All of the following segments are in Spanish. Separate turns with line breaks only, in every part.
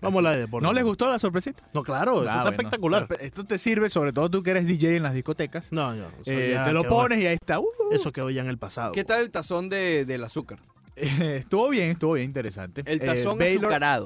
Vamos a la de deporte.
¿No les gustó la sorpresita?
No, claro, esto
Ah,
está
bueno.
espectacular.
Esto te sirve, sobre todo tú que eres DJ en las discotecas.
No, no. eso
Eh,
ya
te lo
quedó-
pones y ahí está. Uh,
Eso quedó ya en el pasado.
¿Qué tal el tazón de, del azúcar?
eh, estuvo bien, estuvo bien interesante.
El
Eh,
tazón
Baylor,
azucarado.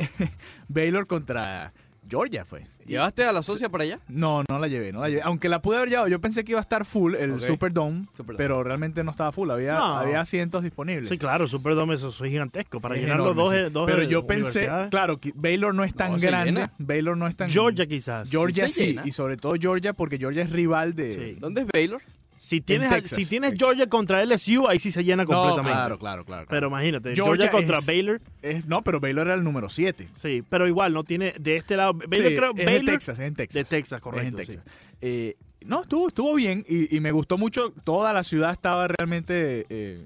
Baylor contra Georgia fue.
¿Llevaste a la socia para allá?
No, no la llevé, no la llevé. Aunque la pude haber llevado, yo pensé que iba a estar full el
Ok.
Superdome,
Superdome.
pero realmente no estaba full, había,
No.
había asientos disponibles.
Sí, claro, Superdome eso es gigantesco. Para
Es
llenar los dos, e-,
enorme, sí.
dos
Pero yo pensé,
universidades.
claro, que Baylor no es tan
No, se
grande.
llena.
Baylor no es tan
Georgia quizás.
Georgia
Sí, se
sí,
llena.
y sobre todo Georgia porque Georgia es rival de
Sí.
¿Dónde es Baylor?
Si tienes,
En Texas.
si tienes Georgia contra LSU, ahí sí se llena completamente.
claro, claro, claro.
Pero imagínate, Georgia,
Georgia
contra
es-
Baylor,
Es- no, pero Baylor era el número 7.
sí, pero igual no tiene de este lado. Baylor
Sí,
creo,
es
Baylor
en Texas, es en Texas.
de Texas,
Es
correcto.
en Texas. Eh, no, estuvo, estuvo bien y, y me gustó mucho. Toda la ciudad estaba realmente eh,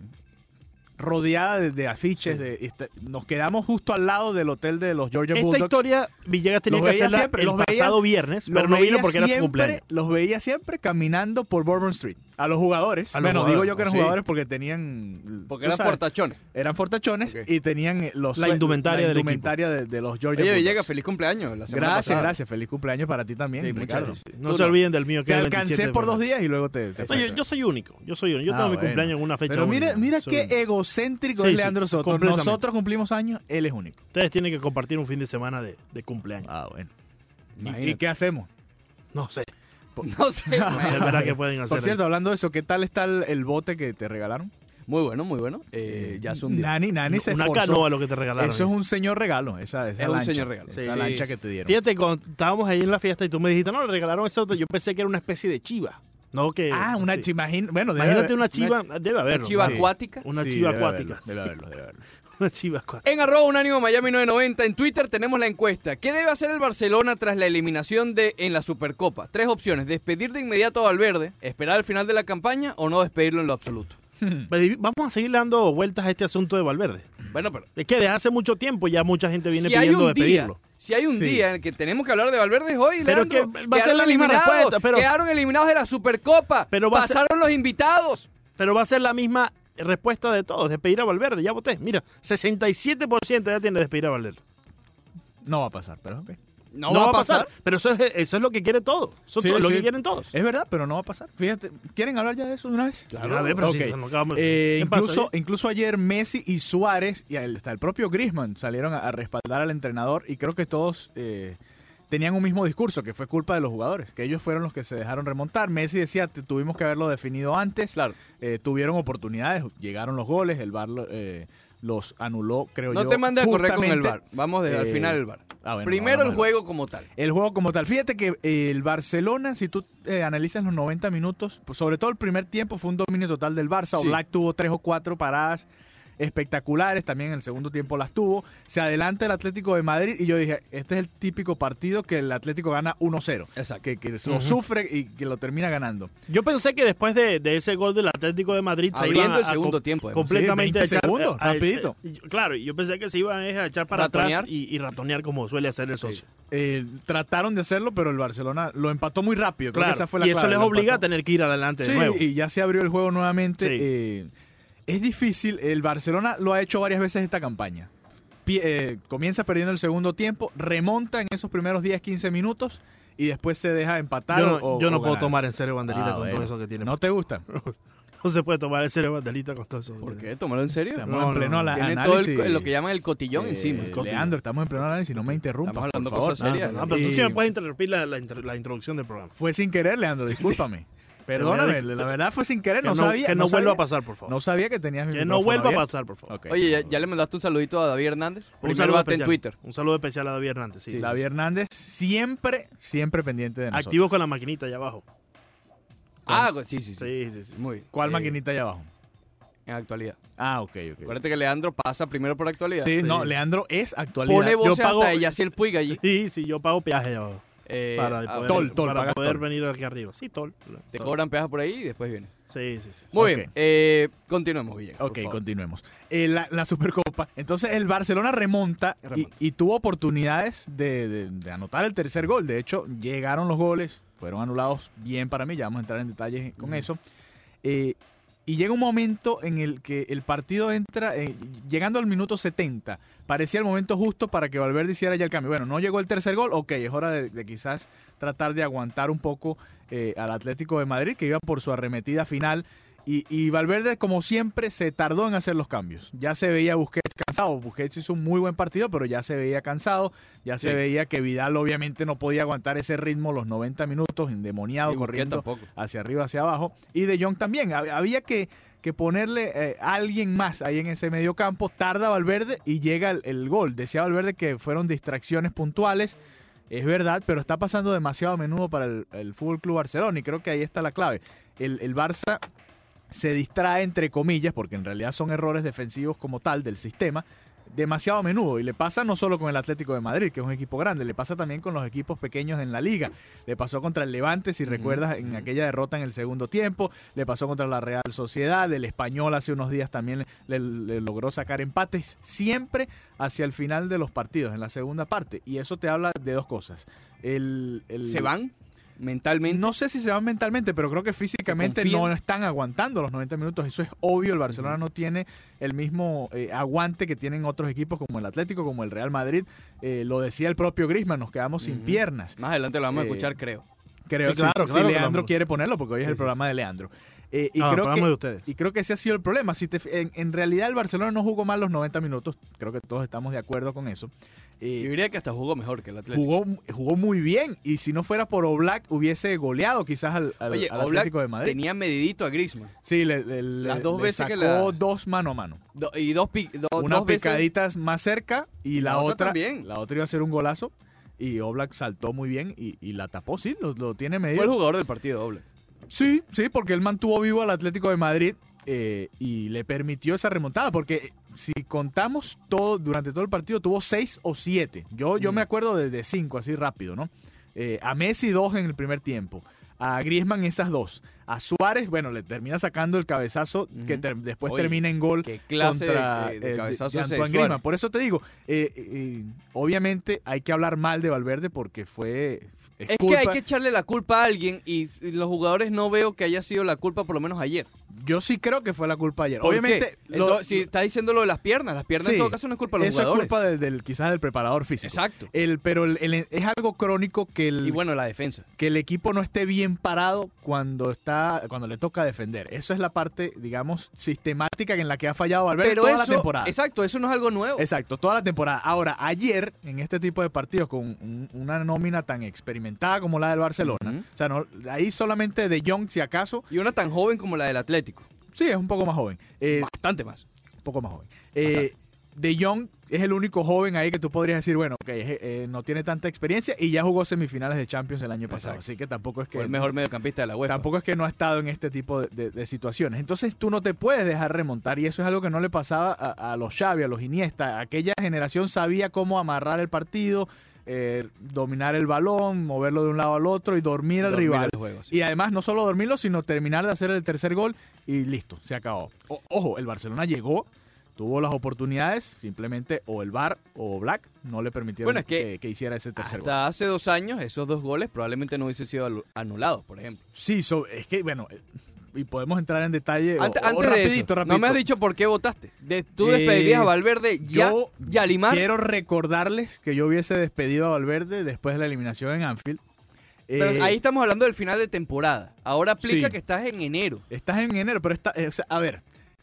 rodeada de, de afiches.
Sí.
de- este- nos quedamos justo al lado del hotel de los Georgia
sí. Esta
Bulldogs.
historia Villegas tenía
Los
que
veía
hacerla
siempre,
el
los veía-
pasado viernes, pero
Los
no vino
veía
porque era su
siempre-
cumpleaños.
Los veía siempre caminando por Bourbon Street. A los jugadores.
A los
bueno,
jugadores,
digo yo que eran
sí.
jugadores porque tenían.
Porque
tú
eran
sabes,
portachones.
Eran fortachones
Ok.
y tenían eh, los
La
sue-
indumentaria
la
del
indumentaria de, de los Georgia
Oye, Villegas,
Bulldogs.
feliz cumpleaños. La semana
Gracias,
pasada.
gracias. Feliz cumpleaños para ti también,
Sí, muchas
Ricardo.
gracias.
No
Tú
se olviden del mío que
Te
era el
alcancé
27
por
de
dos días y luego te. te
febrero. No, yo, yo soy único, yo soy único. Yo
Ah,
tengo mi
bueno.
cumpleaños en una fecha.
Pero mira,
única.
mira
Soy
qué
único.
egocéntrico
Sí,
es
sí,
Leandro Soto.
completamente.
Nosotros cumplimos años, él es único.
Ustedes tienen que compartir un fin de semana de, de cumpleaños.
Ah, bueno. ¿Y,
Imagínate.
qué hacemos? Ah,
No sé,
No sé.
es verdad que pueden hacer.
Por cierto, hablando de eso, ¿qué tal está el, el bote que te regalaron?
Muy bueno, muy bueno. Eh, ya es un día.
Nani, Nani se
una
esforzó.
canoa lo que te regalaron.
Eso es un señor regalo, esa, esa
Es un
lancha.
señor regalo.
Esa
Sí.
lancha que te dieron.
Fíjate, cuando estábamos ahí en la fiesta y tú me dijiste, no, le regalaron eso, yo pensé que era una especie de chiva. No, que.
Ah, una
sí.
chiva. imagín- Bueno, debe
Imagínate
haber-
una chiva, debe
Una
haberlo.
chiva
sí.
acuática.
Una
Sí,
chiva
debe
acuática.
haberlo, Debe haberlo, debe haberlo.
Una chiva acuática.
En arroba unánimo Miami 990 en Twitter tenemos la encuesta. ¿Qué debe hacer el Barcelona tras la eliminación de en la Supercopa? Tres opciones. Despedir de inmediato a Valverde, esperar al final de la campaña o no despedirlo en lo absoluto.
Mm.
Pero Pues, y- Vamos a seguir dando vueltas a este asunto de Valverde.
Bueno, pero
Es que desde hace mucho tiempo ya mucha gente viene
si hay
pidiendo
un día,
despedirlo.
si hay un
Sí.
día en el que tenemos que hablar de Valverde es hoy,
Pero
Leandro.
que va a ser
Quedaron
la misma
eliminados,
respuesta, pero-
Quedaron eliminados de la Supercopa.
Pero va a ser-
pasaron los invitados.
Pero va a ser la misma respuesta de todos, despedir a Valverde. Ya voté. Mira, 67% ya tiene despedir a Valverde.
No va a pasar, pero ok.
No, va, a pasar.
Pero eso es, eso es lo que quiere todo. Eso es
Sí,
todo lo
sí. Eh,
que quieren todos.
Es verdad, pero no va a pasar. Fíjate, ¿quieren hablar ya de eso de una vez?
Claro. A ver, pero
Ok.
si no acabamos-
Eh,
¿Qué pasa,
incluso,
Diego?
incluso ayer Messi y Suárez y el- hasta el propio Griezmann salieron a, a respaldar al entrenador y creo que todos eh, tenían un mismo discurso, que fue culpa de los jugadores, que ellos fueron los que se dejaron remontar. Messi decía, "Te- tuvimos que haberlo definido antes,
Claro.
Eh, tuvieron oportunidades, llegaron los goles, el VAR lo- eh, los anuló, creo yo.
No te mandes a correr con el
justamente".
bar. Vamos desde al
eh,
final del bar.
Ah, bueno,
Primero
hablamos
el
del-
juego como tal.
el juego como tal. Fíjate que eh, el Barcelona, si tú eh, analizas los 90 minutos, pues, sobre todo el primer tiempo, fue un dominio total del Barça.
Sí.
Oblak tuvo tres o cuatro paradas espectaculares, también en el segundo tiempo las tuvo. Se adelanta el Atlético de Madrid y yo dije, este es el típico partido que el Atlético gana 1-0.
Exacto.
Que, que lo
Ujú.
sufre y que lo termina ganando.
Yo pensé que después de, de ese gol del Atlético de Madrid se iban
Abriendo
a-
el
a
segundo
com-
tiempo. además.
completamente
20
a echar-
eh. segundos,
a- a-
rapidito.
y- claro, y yo pensé que se iban es a echar para atrás
Ratonear.
y, y ratonear como suele hacer el socio.
Eh, trataron de hacerlo, pero el Barcelona lo empató muy rápido. Creo
Claro,
que esa fue la
y eso
clave,
les
lo
obliga a
empató.
tener que ir adelante
Sí,
de nuevo.
y ya se abrió el juego nuevamente.
Sí.
Eh, es difícil. El Barcelona lo ha hecho varias veces esta campaña. Pi- eh, comienza perdiendo el segundo tiempo, remonta en esos primeros 10, 15 minutos y después se deja empatar.
yo no,
o-
yo no
o
puedo
ganar.
tomar en serio banderita
Ah,
con
bueno.
todo eso que tiene.
¿No
No,
te gusta?
se puede tomar en serio banderita con todo eso. que
¿Por
tiene.
qué? ¿Tomarlo en serio?
Estamos
No,
en pleno
no,
ala-
Tiene todo
análisis.
el- lo que llaman el cotillón
eh,
encima.
el cotillón.
Leandro, estamos en pleno análisis, no me interrumpas,
Estamos hablando
por favor.
cosas serias.
No, Ah, pero tú
Y-
sí me puedes interrumpir la, la inter- la introducción del programa.
Fue sin querer, Leandro, discúlpame. Perdóname, la verdad fue sin querer,
Que
no, sabía.
que no, vuelva
sabía-
a pasar, por favor.
No sabía que tenías mi
que no
micrófono
vuelva a
abierto.
pasar, por favor.
Ok,
Oye, ya,
no,
ya le mandaste un saludito a David Hernández.
Un
Primero
saludo,
bate en
especial,
Twitter.
un saludo especial a David Hernández. sí.
Sí.
David Hernández siempre, siempre pendiente de nosotros.
Activo con la maquinita allá abajo.
Ah, sí, sí, sí.
Sí, sí, sí.
Muy bien.
¿Cuál
Eh,
maquinita allá abajo?
En actualidad.
Ah, ok, ok.
Acuérdate que Leandro pasa primero por actualidad.
Sí, no,
Sí.
Leandro es actualidad.
Pone voces
pago-
hasta de Yaciel Puig allí.
Sí, sí, yo pago peaje allá abajo.
Eh,
para
ah,
poder,
Tol, tol,
para
pagas
poder
tol.
venir aquí arriba. Sí, tol.
Te
Tol.
cobran peajes por ahí y después vienes.
Sí, sí, sí.
Muy
Ok.
bien. Eh, continuemos, Villegas. por
Ok,
favor.
continuemos. Eh, la, la Supercopa. Entonces el Barcelona remonta, y-
Remonta.
Y, tuvo oportunidades de, de- de anotar el tercer gol. De hecho, llegaron los goles, fueron anulados bien para mí. Ya vamos a entrar en detalles con eso. Eh, Y llega un momento en el que el partido entra, eh, llegando al minuto 70, parecía el momento justo para que Valverde hiciera ya el cambio. Bueno, no llegó el tercer gol, ok, es hora de, de quizás tratar de aguantar un poco eh, al Atlético de Madrid, que iba por su arremetida final. Y, y Valverde, como siempre, se tardó en hacer los cambios. Ya se veía Busquets cansado. Busquets hizo un muy buen partido, pero ya se veía cansado. Ya se
Sí.
veía que Vidal obviamente no podía aguantar ese ritmo los 90 minutos, endemoniado,
Sí, Busquets
corriendo
tampoco.
hacia arriba, hacia abajo. Y De Jong también. Hab- Había que, que ponerle eh, a alguien más ahí en ese medio campo. Tarda Valverde y llega el, el gol. Decía Valverde que fueron distracciones puntuales. Es verdad, pero está pasando demasiado a menudo para el, el Fútbol Club Barcelona y creo que ahí está la clave. El, el Barça se distrae, entre comillas, porque en realidad son errores defensivos como tal del sistema, demasiado a menudo. Y le pasa no solo con el Atlético de Madrid, que es un equipo grande, le pasa también con los equipos pequeños en la liga. Le pasó contra el Levante, si recuerdas, en aquella derrota en el segundo tiempo. Le pasó contra la Real Sociedad. El Español hace unos días también le, le logró sacar empates. Siempre hacia el final de los partidos, en la segunda parte. Y eso te habla de dos cosas. El, el-
¿Se van mentalmente?
no sé si se van mentalmente, pero creo que físicamente
confían?
no están aguantando los 90 minutos. Eso es obvio. El Barcelona no tiene el mismo eh, aguante que tienen otros equipos como el Atlético, como el Real Madrid. Eh, lo decía el propio Griezmann, nos quedamos sin
Ujú.
piernas.
Más adelante lo vamos a
Eh,
escuchar, creo.
Creo
Sí,
que
claro, claro
si,
que lo
Leandro
vamos.
quiere ponerlo, porque hoy es
Sí,
el
sí,
programa de Leandro. Eh, y
No, el
creo
programa
que,
de ustedes.
y creo que ese ha sido el problema. Si te, fi- en, en realidad el Barcelona no jugó mal los 90 minutos. Creo que todos estamos de acuerdo con eso. Eh,
Yo diría que hasta jugó mejor que el Atlético.
jugó, jugó muy bien. Y si no fuera por Oblak, hubiese goleado quizás al, al-
Oye,
al
Oblak
Atlético de Madrid.
tenía medidito a Griezmann.
Sí, le, le- le-
Las dos
le
veces que
sacó
la-
dos mano a mano.
Do- y dos, pi- do-
Unas
dos veces-
picaditas más cerca y la,
La otra
otra.
también.
La otra iba a ser un golazo. Y Oblak saltó muy bien y, y la tapó, sí, lo, lo tiene
Fue el
medio.
jugador del partido doble.
Sí, sí, porque él mantuvo vivo al Atlético de Madrid eh, y le permitió esa remontada. Porque eh, si contamos todo, durante todo el partido tuvo seis o siete. Yo, yo
Mm.
me acuerdo de, de cinco, así rápido, ¿no? Eh, a Messi dos en el primer tiempo. A Griezmann esas dos. A Suárez, bueno, le termina sacando el cabezazo que
Ujú.
ter- después
Oye,
termina en gol
qué clase de-
contra
de- de
eh,
cabezazo
de
ese de
Antoine
Suárez.
Griezmann. Por eso te digo, eh, eh, obviamente hay que hablar mal de Valverde porque fue...
Es, que
culpa-
hay que echarle la culpa a alguien y y los jugadores no veo que haya sido la culpa, por lo menos ayer.
Yo sí creo que fue la culpa ayer.
¿Por
Obviamente,
qué?
lo-
Entonces, si está diciendo lo de las piernas, las piernas en
sí,
todo caso no es culpa de los
eso
jugadores.
es culpa de- del, quizás del preparador físico.
Exacto.
El, pero el- el- es algo crónico que el,
Y bueno, la defensa.
que el equipo no esté bien parado cuando está cuando le toca defender. Eso es la parte, digamos, sistemática en la que ha fallado Valverde
Pero
toda
eso,
la temporada.
exacto, eso no es algo nuevo.
Exacto, toda la temporada. Ahora, ayer, en este tipo de partidos, con un- una nómina tan experimentada como la del Barcelona,
Ujú.
o sea, no, ahí solamente De Jong, si acaso,
Y una tan joven como la del Atlético.
sí, es un poco más joven. Eh,
Bastante más.
un poco más joven. Eh, de Jong es el único joven ahí que tú podrías decir, bueno, ok, es- eh, no tiene tanta experiencia y ya jugó semifinales de Champions el año pasado.
Exacto.
Así que tampoco es que
Fue el mejor mediocampista de la UEFA.
Tampoco es que no ha estado en este tipo de, de- de situaciones. Entonces tú no te puedes dejar remontar y eso es algo que no le pasaba a, a los Xavi, a los Iniesta. Aquella generación sabía cómo amarrar el partido, eh, dominar el balón, moverlo de un lado al otro y dormir al
Dormir
rival.
el juego, sí.
Y además no solo dormirlo, sino terminar de hacer el tercer gol y listo, se acabó. O- ojo, el Barcelona llegó, tuvo las oportunidades, simplemente o el VAR o Black no le permitieron
Bueno, es que
que, que hiciera ese tercer gol.
Hasta hace dos años, esos dos goles probablemente no hubiesen sido alu- anulados, por ejemplo.
Sí, so- es que bueno, eh, y podemos entrar en detalle. o-
Ante-
Eh, o
antes de eso,
rapidito,
no me has
rapidito.
dicho por qué votaste. De- tú
Eh,
despedirías a Valverde ya,
yo
ya Limar.
Quiero recordarles que yo hubiese despedido a Valverde después de la eliminación en Anfield.
pero
Eh,
ahí estamos hablando del final de temporada. Ahora aplica
Sí.
que estás en enero.
Estás en enero, pero está, eh, o sea, a ver,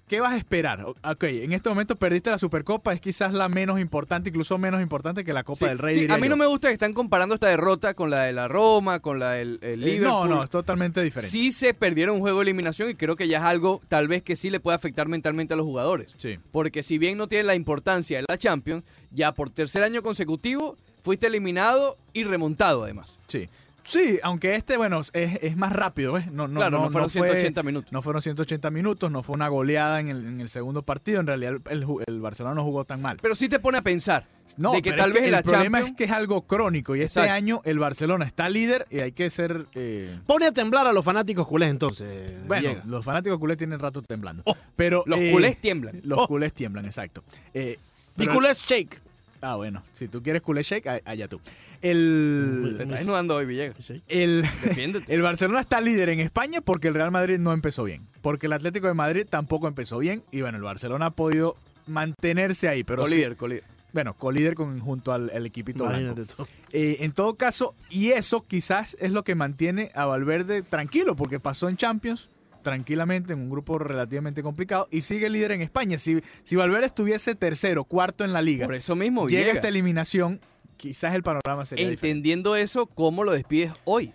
¿qué vas a esperar? O- Ok, en este momento perdiste la Supercopa, es quizás la menos importante, incluso menos importante que la Copa
Sí,
del Rey.
sí,
diría
a mí
yo.
no me gusta que están comparando esta derrota con la de la Roma, con la del el
Eh,
Liverpool.
No, no, es totalmente diferente.
sí se perdieron un juego de eliminación y creo que ya es algo tal vez que sí le puede afectar mentalmente a los jugadores.
Sí.
Porque si bien no tiene la importancia de la Champions, ya por tercer año consecutivo fuiste eliminado y remontado además.
Sí. Sí, aunque este, bueno, es, es más rápido, ¿ves? No, no,
claro, no, fueron
fue-
180 minutos.
No fueron 180 minutos, no fue una goleada en el, en el segundo partido. En realidad, el, el ju- el Barcelona no jugó tan mal.
Pero sí te pone a pensar
No,
de que
pero
tal
es
vez en la
el problema
Champions
es que es algo crónico. Y este
Exacto.
año el Barcelona está líder y hay que ser. eh,
Pone a temblar a los fanáticos culés entonces.
bueno,
Diego.
los fanáticos culés tienen rato temblando. pero
los
eh,
culés tiemblan.
Los
Oh.
culés tiemblan, exacto. Eh,
The
pero-
culés shake.
Ah, bueno, si tú quieres culé shake, a- allá tú. El,
Te estás desnudando hoy, Villegas.
el,
Defiéndete.
el Barcelona está líder en España porque el Real Madrid no empezó bien. Porque el Atlético de Madrid tampoco empezó bien. Y bueno, el Barcelona ha podido mantenerse ahí. Pero sí-
Colíder, colíder.
bueno, colíder con, junto al el equipito blanco.
Imagínate tú.
Eh, en todo caso, y eso quizás es lo que mantiene a Valverde tranquilo, porque pasó en Champions tranquilamente, en un grupo relativamente complicado, y sigue líder en España. Si, si Valverde estuviese tercero, cuarto en la liga,
Por eso mismo,
llega
Villegas.
esta eliminación, quizás el panorama
E
sería diferente.
Entendiendo eso, ¿cómo lo despides hoy?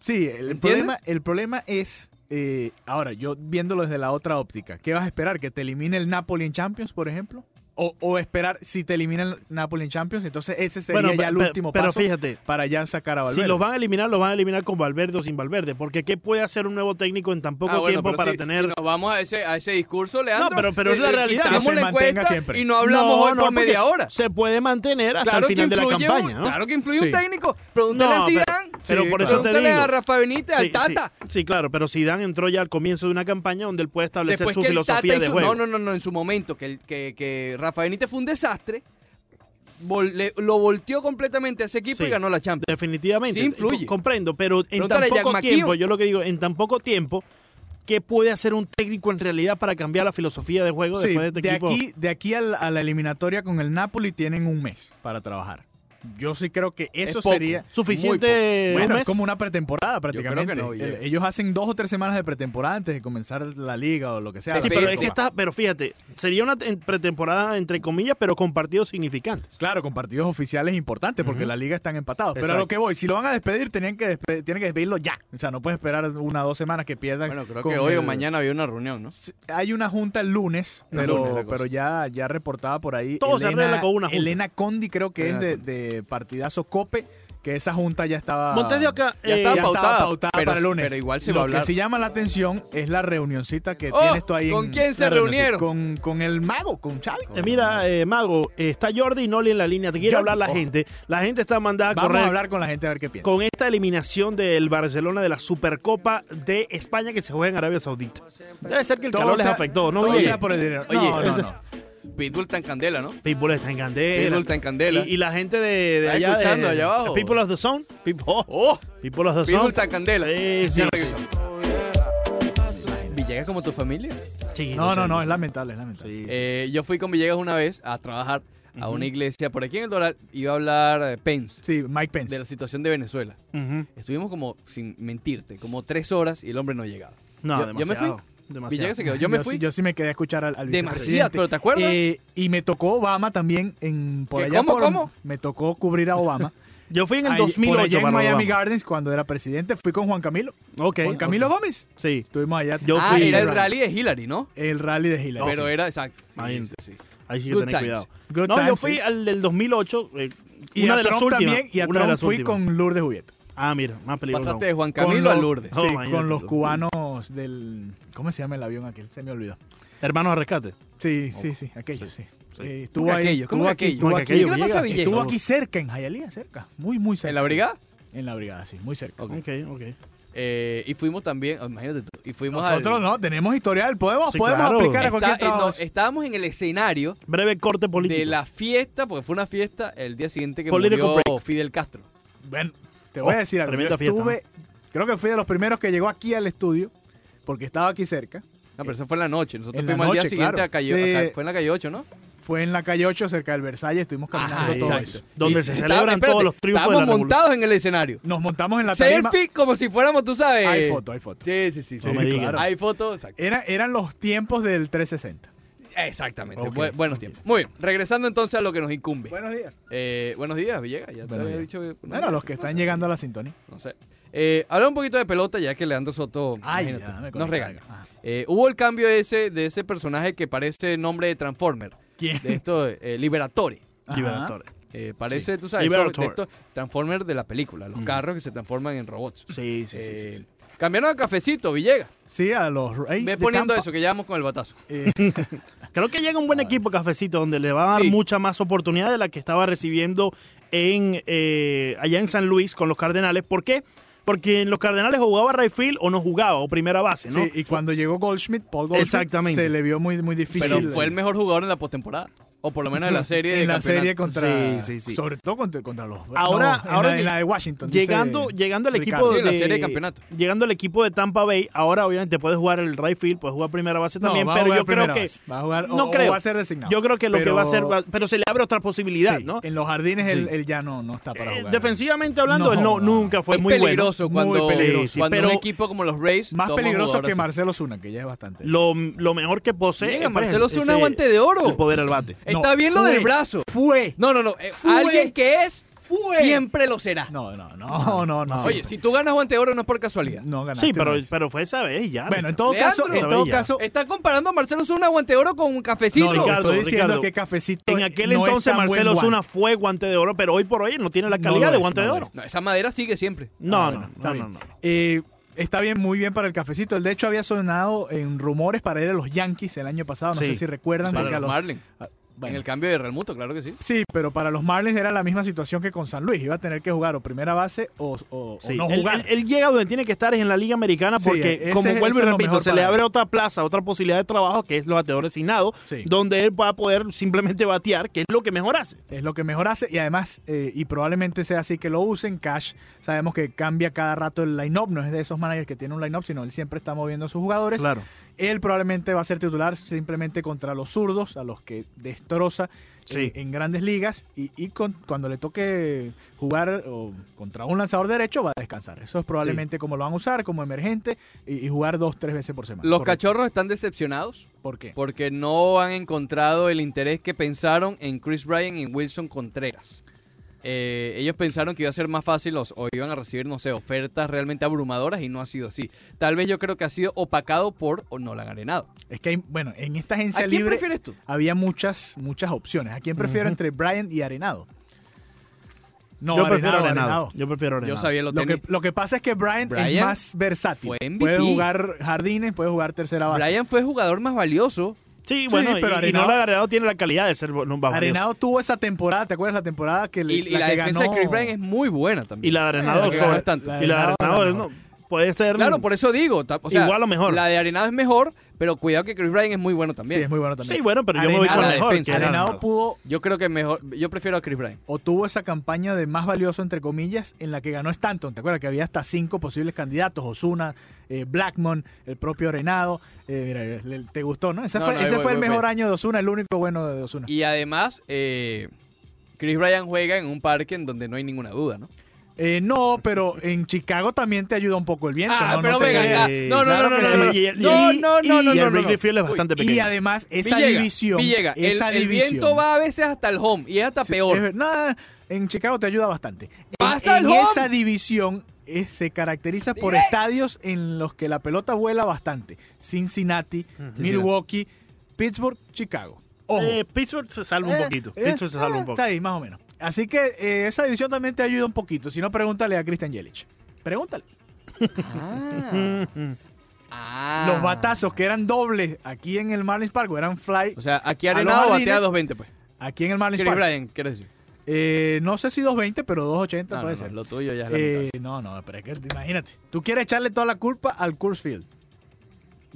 Sí, el
¿Entiendes?
problema, el problema es, eh, ahora yo viéndolo desde la otra óptica, ¿qué vas a esperar? ¿Que te elimine el Napoli en Champions, por ejemplo? O, o esperar si te elimina el Napoli en Champions, entonces ese sería
Bueno,
ya el
pe-
último
pero
paso
fíjate,
para ya sacar a Valverde.
Si los van a eliminar, los van a eliminar con Valverde o sin Valverde. Porque ¿qué puede hacer un nuevo técnico en tan poco
Ah, bueno,
tiempo
pero
para
si-
tener.
si nos vamos a ese, a ese discurso, Leandro. eh,
No, pero- pero es la realidad.
quitamos
Que se
la
mantenga
encuesta
siempre.
Y no hablamos
No,
hoy
no,
por
porque
media hora.
Se puede mantener hasta el final de la
influye un-
campaña. ¿no?
Claro que influye
Sí.
un técnico. Pregúntale
No,
a
pero-
Zidane.
pero
Sí,
por eso te
Pregúntale
digo.
a Rafa Benítez,
Sí,
al Tata.
Sí, sí, claro, pero Zidane entró ya al comienzo de una campaña donde él puede establecer
Después
su
que el Tata
filosofía de
hizo-
juego.
No, no, no, no, en su momento, que, el- que, que Rafa Benítez fue un desastre, vol- le- lo volteó completamente a ese equipo
Sí.
y ganó la Champions.
Definitivamente.
Sí
Co-
influye.
Comprendo, pero en
Pregúntale a
tan
Jack
poco
McKeown.
tiempo, yo lo que digo, en tan poco tiempo, ¿qué puede hacer un técnico en realidad para cambiar la filosofía de juego
Sí,
después de este
de
equipo?
aquí, de aquí al- a la eliminatoria con el Napoli tienen un mes para trabajar. Yo sí creo que eso
poco.
sería...
Suficiente.
Bueno,
un
es
mes.
como una pretemporada
creo que
prácticamente.
no, Villegas.
El- ellos hacen dos o tres semanas de pretemporada antes de comenzar la liga o lo que sea.
Sí,
la
pero
Copa.
es que está, pero fíjate, sería una te- pretemporada entre comillas, pero con partidos significantes.
Claro, con partidos oficiales importantes porque la liga están empatados. Pero a lo
Exacto.
que voy, si lo van a despedir, tenían que despe- tienen que despedirlo ya. O sea, no puedes esperar una o dos semanas que pierdan.
Bueno, creo
con
que hoy o
el-
mañana había una reunión, ¿no?
Hay una junta el lunes,
El
pero,
lunes la cosa.
pero ya, ya reportada por ahí.
Todo se arregla con una junta.
Elena Condi creo que
Elena
es de, de partidazo COPE, que esa junta ya estaba...
Montes de Oca, eh,
ya está
ya estaba
pautada,
pautada,
pero-
para el lunes.
pero igual se
Lo
va a hablar.
que sí llama la atención es la reunioncita que
Oh,
tienes tú ahí.
¿con
en-
quién se
la reunión-
reunieron?
Con, con el mago, con Xavi.
eh, mira, eh, Mago, eh, está Jordi y Noli en la línea. Te quiere
Jordi,
hablar la
ojo.
gente. La gente está mandada a
Vamos
correr
a hablar con la gente a ver qué piensa.
con esta eliminación del Barcelona de la Supercopa de España que se juega en Arabia Saudita. Debe ser que el
Todo
calor les
sea-
afectó, ¿no?
todo
Oye,
sea por el dinero.
Oye,
no, no, no.
Pitbull está en candela, ¿no?
People está en
Pitbull
candela.
está en candela.
Y, y la gente de, de
Está
allá,
escuchando
de,
allá abajo.
People of the Zone. People,
¡Oh!
People of the
Pitbull
Zone.
está en candela.
Sí, sí.
Ya regresamos. ¿Villegas como tu familia?
Sí,
no,
sé.
no, no, es lamentable, es lamentable.
Sí.
Eh, yo fui con Villegas una vez a trabajar a una iglesia por aquí en el Doral. Iba a hablar eh, Pence
Sí, Mike Pence.
de la situación de Venezuela.
Ujú.
Estuvimos como, sin mentirte, como tres horas y el hombre no llegaba.
No,
Yo- yo me fui.
demasiado. demasiado.
Villegas se quedó. Yo me
sí-
fui.
Yo sí me quedé a escuchar al, al
Demasiado,
vicepresidente.
pero ¿te acuerdas?
Eh, y me tocó Obama también en por
¿Qué?
allá.
¿Cómo,
por-
cómo?
Me tocó cubrir a Obama.
Yo fui en el
Ahí-
2008
por allá en
Barack
Miami
Obama.
Gardens cuando era presidente. Fui con Juan Camilo.
Ok,
Juan Camilo
ok.
Gómez.
Sí.
Estuvimos allá.
Yo
ah,
fui
era
ese
el rally de Hillary, ¿no?
El rally de Hillary.
Pero eh, era, exacto. Sí,
Imagínate.
sí, sí.
Ahí sí que
Good
tener
times.
cuidado.
Good
no, yo
times,
fui
sí.
al del 2008, eh,
y
una
a
de las
Trump
últimas.
también. Y a
una de
Trump
las
fui
últimas.
con Lourdes Juviet.
Ah, mira, más peligroso.
Pasaste de
aún. Oh,
Juan
Con
Camilo a
los-
Lourdes.
No,
sí,
imagínate.
con los cubanos del. ¿Cómo se llama el avión aquel? Se me olvidó.
Hermanos a rescate.
Sí, sí, sí, aquello,
sí.
sí. Eh,
¿Cómo
estuvo
que
ahí.
aquello?
estuvo
¿Cómo que
aquí, estuvo
aquello?
¿Cómo que
aquí.
aquello?
¿Qué le pasa a Villegas?
Estuvo aquí cerca, en Jayalía, cerca. Muy, muy cerca.
¿En la brigada?
Sí, En la brigada, sí, muy cerca.
Ok.
Ok, ok.
Eh, y fuimos también, oh, imagínate tú, y fuimos
Nosotros
al-
no, tenemos historial, podemos,
Sí,
podemos
claro.
aplicar
para
a cualquier
Está- eh, no,
trabajo.
estábamos en el escenario
Breve corte político.
de la fiesta, porque fue una fiesta el día siguiente que
Political
murió Fidel Castro.
Bueno, te voy a
Oh,
decir algo. Yo
tremenda fiesta,
estuve, creo que fui de los primeros que llegó aquí al estudio, porque estaba aquí cerca.
No,
Eh,
pero eso fue en la noche. Nosotros
En la
fuimos al día
noche,
siguiente
claro.
a calle,
Sí.
a ca- fue en la calle 8, ¿no?
Fue en la calle 8, cerca del Versalles, estuvimos caminando
Ajá,
todo
exacto.
eso.
Donde
Y
se
está-
celebran
espérate,
todos los triunfos de la
Estábamos
revolución.
montados en el escenario.
Nos montamos en la tarima.
Selfie como si fuéramos, tú sabes.
Hay foto, hay foto.
Sí, sí, sí. sí.
No me digas.
Hay fotos, exacto.
Era- eran los tiempos del 360.
Exactamente.
Ok.
Bu- buenos tiempos. Muy bien, regresando entonces a lo que nos incumbe.
Buenos días.
Eh, buenos días, Villegas. Ya te
Buenos
había
días.
dicho. que-
Bueno, los que están llegando a la sintonía.
No sé. Eh, habla un poquito de pelota, ya que Leandro Soto
Ay,
imagínate,
ya, me
nos
conecta,
regaña.
venga. Ah.
Eh, hubo el cambio ese, de ese personaje que parece nombre de Transformer.
¿Quién?
De esto, eh, Liberatore.
Ajá.
Liberadores.
Eh, parece,
Sí.
tú sabes,
Liberatore.
eso, de estos Transformers de la película, los
Ujú.
carros que se transforman en robots.
Sí, sí, sí,
Eh,
sí, sí.
Cambiaron a cafecito, Villegas.
Sí, a los Rays.
Ve
de
poniendo
Tampa.
eso, que ya vamos con el batazo.
Creo que llega un buen equipo Cafecito donde le va a dar
Sí.
mucha más oportunidad de la que estaba recibiendo en eh, allá en San Luis con los Cardenales. ¿Por qué? Porque en los Cardenales jugaba Rayfield o no jugaba, o primera base, ¿no?
Sí, y cuando llegó Goldschmidt, Paul Goldschmidt,
Exactamente.
se le vio muy, muy difícil. eh.
Pero fue el mejor jugador en la postemporada. O por lo menos de la serie. de
en la
campeonato.
serie contra.
Sí, sí, sí.
Sobre todo contra, contra los.
Ahora-
no, en
ahora
la- en la,
lleg-
de Washington. dice
Llegando, llegando al
eh, Ricardo.
equipo
Sí,
de,
la serie de campeonato.
Llegando al equipo de Tampa Bay, ahora obviamente puedes jugar el right field, puedes jugar primera base
No,
también,
va a
pero
jugar
yo creo
primera
que
base. Va a jugar, o-
no
o
creo.
va a ser designado.
yo creo que lo que
Pero-
va a hacer, va- pero se le abre otra posibilidad,
Sí,
¿no?
En los jardines
Sí.
él, él ya no, no está para
Eh,
jugar.
defensivamente hablando,
No,
él no,
no.
nunca fue
es
muy
peligroso
bueno.
cuando,
muy peligroso.
cuando
pero
un equipo como los Rays.
Más
toma
peligroso
jugadores
que
así.
Marcelo Zuna, que ya es bastante.
lo, lo mejor que posee
Mira,
es pues,
Marcelo
ese-
Zuna, guante de oro.
El poder al bate.
No,
Está bien lo
fue,
del brazo.
Fue.
No, no, no. eh,
Fue.
Alguien que es,
Fue.
siempre lo será.
No, no, no, no, no.
Oye, si tú ganas guante de oro no es por casualidad.
Ah, no
Ah,
ganaste.
Sí, pero,
una vez.
pero fue esa vez y ya.
Bueno, en todo
Leandro.
caso, en todo
Sabía.
caso,
Está comparando a Marcelo Zuna guante de oro con un cafecito.
no, lo que
Ricardo,
estoy diciendo
Ricardo.
es que cafecito
en aquel
no es
entonces
tan buen
Marcelo
guante.
Zuna fue guante de oro, pero hoy por hoy no tiene la
No
calidad
lo
de
es,
guante
no
de
lo
oro.
es.
No, esa madera sigue siempre.
No,
bueno,
no, no,
está
no,
bien.
no.
Eh, está bien, muy bien para el cafecito. Él, De hecho, había sonado en rumores para ir a los Yankees el año pasado. No
Sí.
sé si recuerdan.
Para
porque a
los
los-
Marlins.
ah,
En
bueno.
el cambio de Realmuto, claro que sí.
Sí, pero para los Marlins era la misma situación que con San Luis. Iba a tener que jugar o primera base o, o- o
Sí,
no
él,
jugar.
él- él llega donde tiene que estar es en la Liga Americana
Sí,
porque,
ese
como
es-
vuelvo y
eso es lo
repito,
mejor
se
para
le
él.
abre otra plaza, otra posibilidad de trabajo que es los bateadores designados,
Sí.
donde él va a poder simplemente batear, que es lo que mejor hace.
Es lo que mejor hace y además, eh, y probablemente sea así que lo usen, Cash sabemos que cambia cada rato el line-up, no es de esos managers que tiene un line-up, sino él siempre está moviendo a sus
Pues,
jugadores. Él probablemente va a ser titular simplemente contra los zurdos, a los que destroza
Sí.
eh, en grandes ligas y, y con- cuando le toque jugar o contra un lanzador derecho va a descansar. Eso es probablemente como lo van a usar, como emergente y, y jugar dos, tres veces por semana.
Los
Correcto.
cachorros están decepcionados
¿Por qué?
porque no han encontrado el interés que pensaron en Chris Bryan y Wilson Contreras. Eh, ellos pensaron que iba a ser más fácil los- o iban a recibir, no sé, ofertas realmente abrumadoras y no ha sido así. Tal vez yo creo que ha sido opacado por o no la han arenado.
Es que hay, bueno, en esta
¿A
agencia
quién
libre
prefieres tú?
había muchas, muchas opciones. ¿A quién prefiero entre Brian y Arenado? No,
Yo
Arenado,
prefiero
Arenado.
Arenado. Yo prefiero Arenado.
Yo sabía lo,
Lo que,
tenía.
lo que pasa es que Brian, es
Brian
más versátil.
fue MVP.
Puede jugar jardines, puede jugar tercera base.
Bryan fue jugador más valioso.
Sí, bueno,
pero
y- y,
Arenado-
no la Arenado tiene la calidad de ser un bajo
Arenado tuvo esa temporada, ¿te acuerdas la temporada que le-
Y, y la,
que
defensa
ganó?
de Chris Bryan es muy buena
Y
también.
la de
la
Arenado
que
sobre-
ganó es tanto.
La
y la de
Arenado
Arenado
ganó.
no, puede ser
Claro, por eso digo. ta- o sea,
Igual o mejor.
La de Arenado es mejor, pero cuidado que Chris Bryan es muy bueno también.
Sí, es muy bueno también.
Sí, bueno, pero yo me voy
Arenado-
con la
la
mejor.
defensa.
que es
Arenado
Arenado.
pudo
Yo creo que mejor. Yo prefiero a Chris Bryan.
o tuvo esa campaña de más valioso, entre comillas, en la que ganó Stanton. ¿Te acuerdas que había hasta cinco posibles candidatos? Osuna, eh, Blackmon, el propio Arenado. Eh, mira, le- te gustó, ¿no? Ese
No,
fue,
no, ahí
ese
voy,
fue el
voy,
mejor
voy.
año de Osuna, el único bueno de Osuna.
Y además, eh, Chris Bryan juega en un parque en donde no hay ninguna duda, ¿no?
Eh, no, pero en Chicago también te ayuda un poco el viento.
Ah,
¿no? No
pero
sé
venga,
qué-
ya. No, no,
Claro
no,
que
no,
sí.
no, no.
Y el-
No,
y-
no, no,
y
no,
el
no, no.
Wrigley Field es
Uy,
bastante
Y
pequeño.
además, esa
Villegas,
división.
Villegas, el-
esa
el,
división.
viento va a veces hasta el home y es hasta
Sí,
peor.
es ver- nada, en Chicago te ayuda bastante. En-
¡Pasa el
en
home!
esa división eh, se caracteriza por
Direct.
estadios en los que la pelota vuela bastante. Cincinnati, Milwaukee, Pittsburgh, Chicago. Ojo.
Eh, Pittsburgh se salva un
Eh,
poquito.
eh,
Pittsburgh se salva
eh,
un poco.
Está ahí, más o menos. Así que eh, esa división también te ayuda un poquito. Si no, pregúntale a Christian Yelich. Pregúntale.
Ah. Ah.
Los batazos que eran dobles aquí en el Marlins Park, o eran fly.
O sea, aquí
A los
Arenado batea
jardines.
220, pues.
aquí en el Marlins
Chris
Park.
Bryan, quiero decir.
Eh, no sé si 220, pero 280
No, no,
puede
no,
ser.
lo tuyo ya es lamentable.
Eh, no, no, pero es que imagínate. Tú quieres echarle toda la culpa al Coors Field.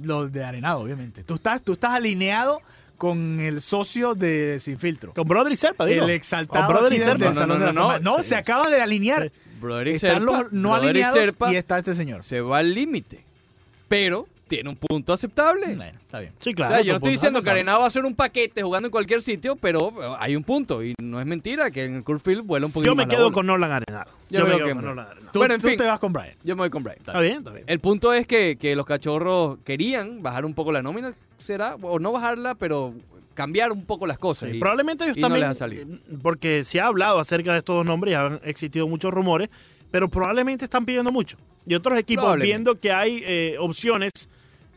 Los de Arenado, obviamente. Tú estás, tú estás alineado con el socio de Sin Filtro.
Con Broderick Serpa, digo. Oh,
El exaltado
Con Broderick
aquí del-
Serpa.
del
No,
Salón
no,
de la
no,
Fama.
no.
No, se acaba de alinear.
Broderick
Están
Serpa,
los no
Broderick
alineados
Serpa
y está este señor.
se va al límite. Pero tiene un punto aceptable.
Bueno, está bien.
Sí, claro.
o sea, yo no
son
estoy
puntos
diciendo que
aceptables.
Arenado va a ser un paquete jugando en cualquier sitio, pero eh, hay un punto. Y no es mentira que en el Curfield vuela un poquito
Yo me
más la
quedo
bola.
con Nolan Arenado.
Yo
Yo,
me
me
quedo
quedo
con
con
Nolan.
Nolan Arenado.
Tú,
Bueno, en
tú
fin.
te vas con Brian.
Yo me voy con Brian.
Está bien, está bien.
El punto es que, que los cachorros querían bajar un poco la nómina, será, o no bajarla, pero cambiar un poco las cosas.
Sí,
Y-
probablemente ellos
y no
también,
les ha salido.
eh, porque se ha hablado acerca de estos dos nombres y han existido muchos rumores, pero probablemente están pidiendo mucho. Y otros equipos
Probablemente.
viendo que hay eh, opciones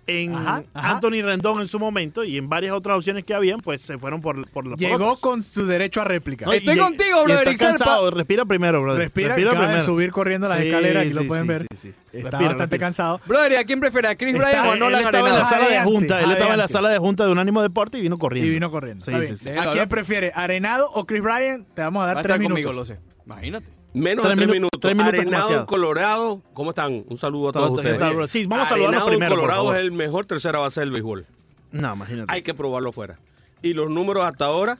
en
Ajá, ajá.
Anthony Rendón en su momento y en varias otras opciones que habían, pues se fueron por, por la
Llegó con su derecho a réplica.
No, y
Estoy
lleg-
contigo,
y
brother,
está
Ixelpa.
cansado. Respira primero, brother.
Respira, acaba de subir corriendo las
Sí,
escaleras, aquí lo
sí,
pueden
sí,
ver.
sí, sí.
Está
Respira,
bastante
respira.
cansado.
Brother, ¿y ¿a quién prefiere? ¿A Chris
Está-
Bryan o a
Él
Nolan
estaba en este la
Arenado?
sala de
Jadeante,
junta, él estaba en la
jadeante.
sala de junta de un ánimo deporte y vino corriendo.
Y vino corriendo.
Sí,
Está
sí,
bien.
sí.
¿A quién prefieres? ¿Arenado o Chris Bryan? Te vamos a dar
Va a
tres
estar
minutos.
conmigo, lo sé. Imagínate.
Menos
Tres
de tres
minu-
minutos.
tres minutos es
Arenado
demasiado.
Colorado, ¿cómo están? Un saludo a
Todo- ¿qué
todos ustedes. Ah,
tal, bro? Sí, vamos a saludarlos
Arenado en
primero, por
Colorado
favor.
es el mejor tercera base del béisbol.
No, imagínate.
Hay que probarlo afuera. Y los números hasta ahora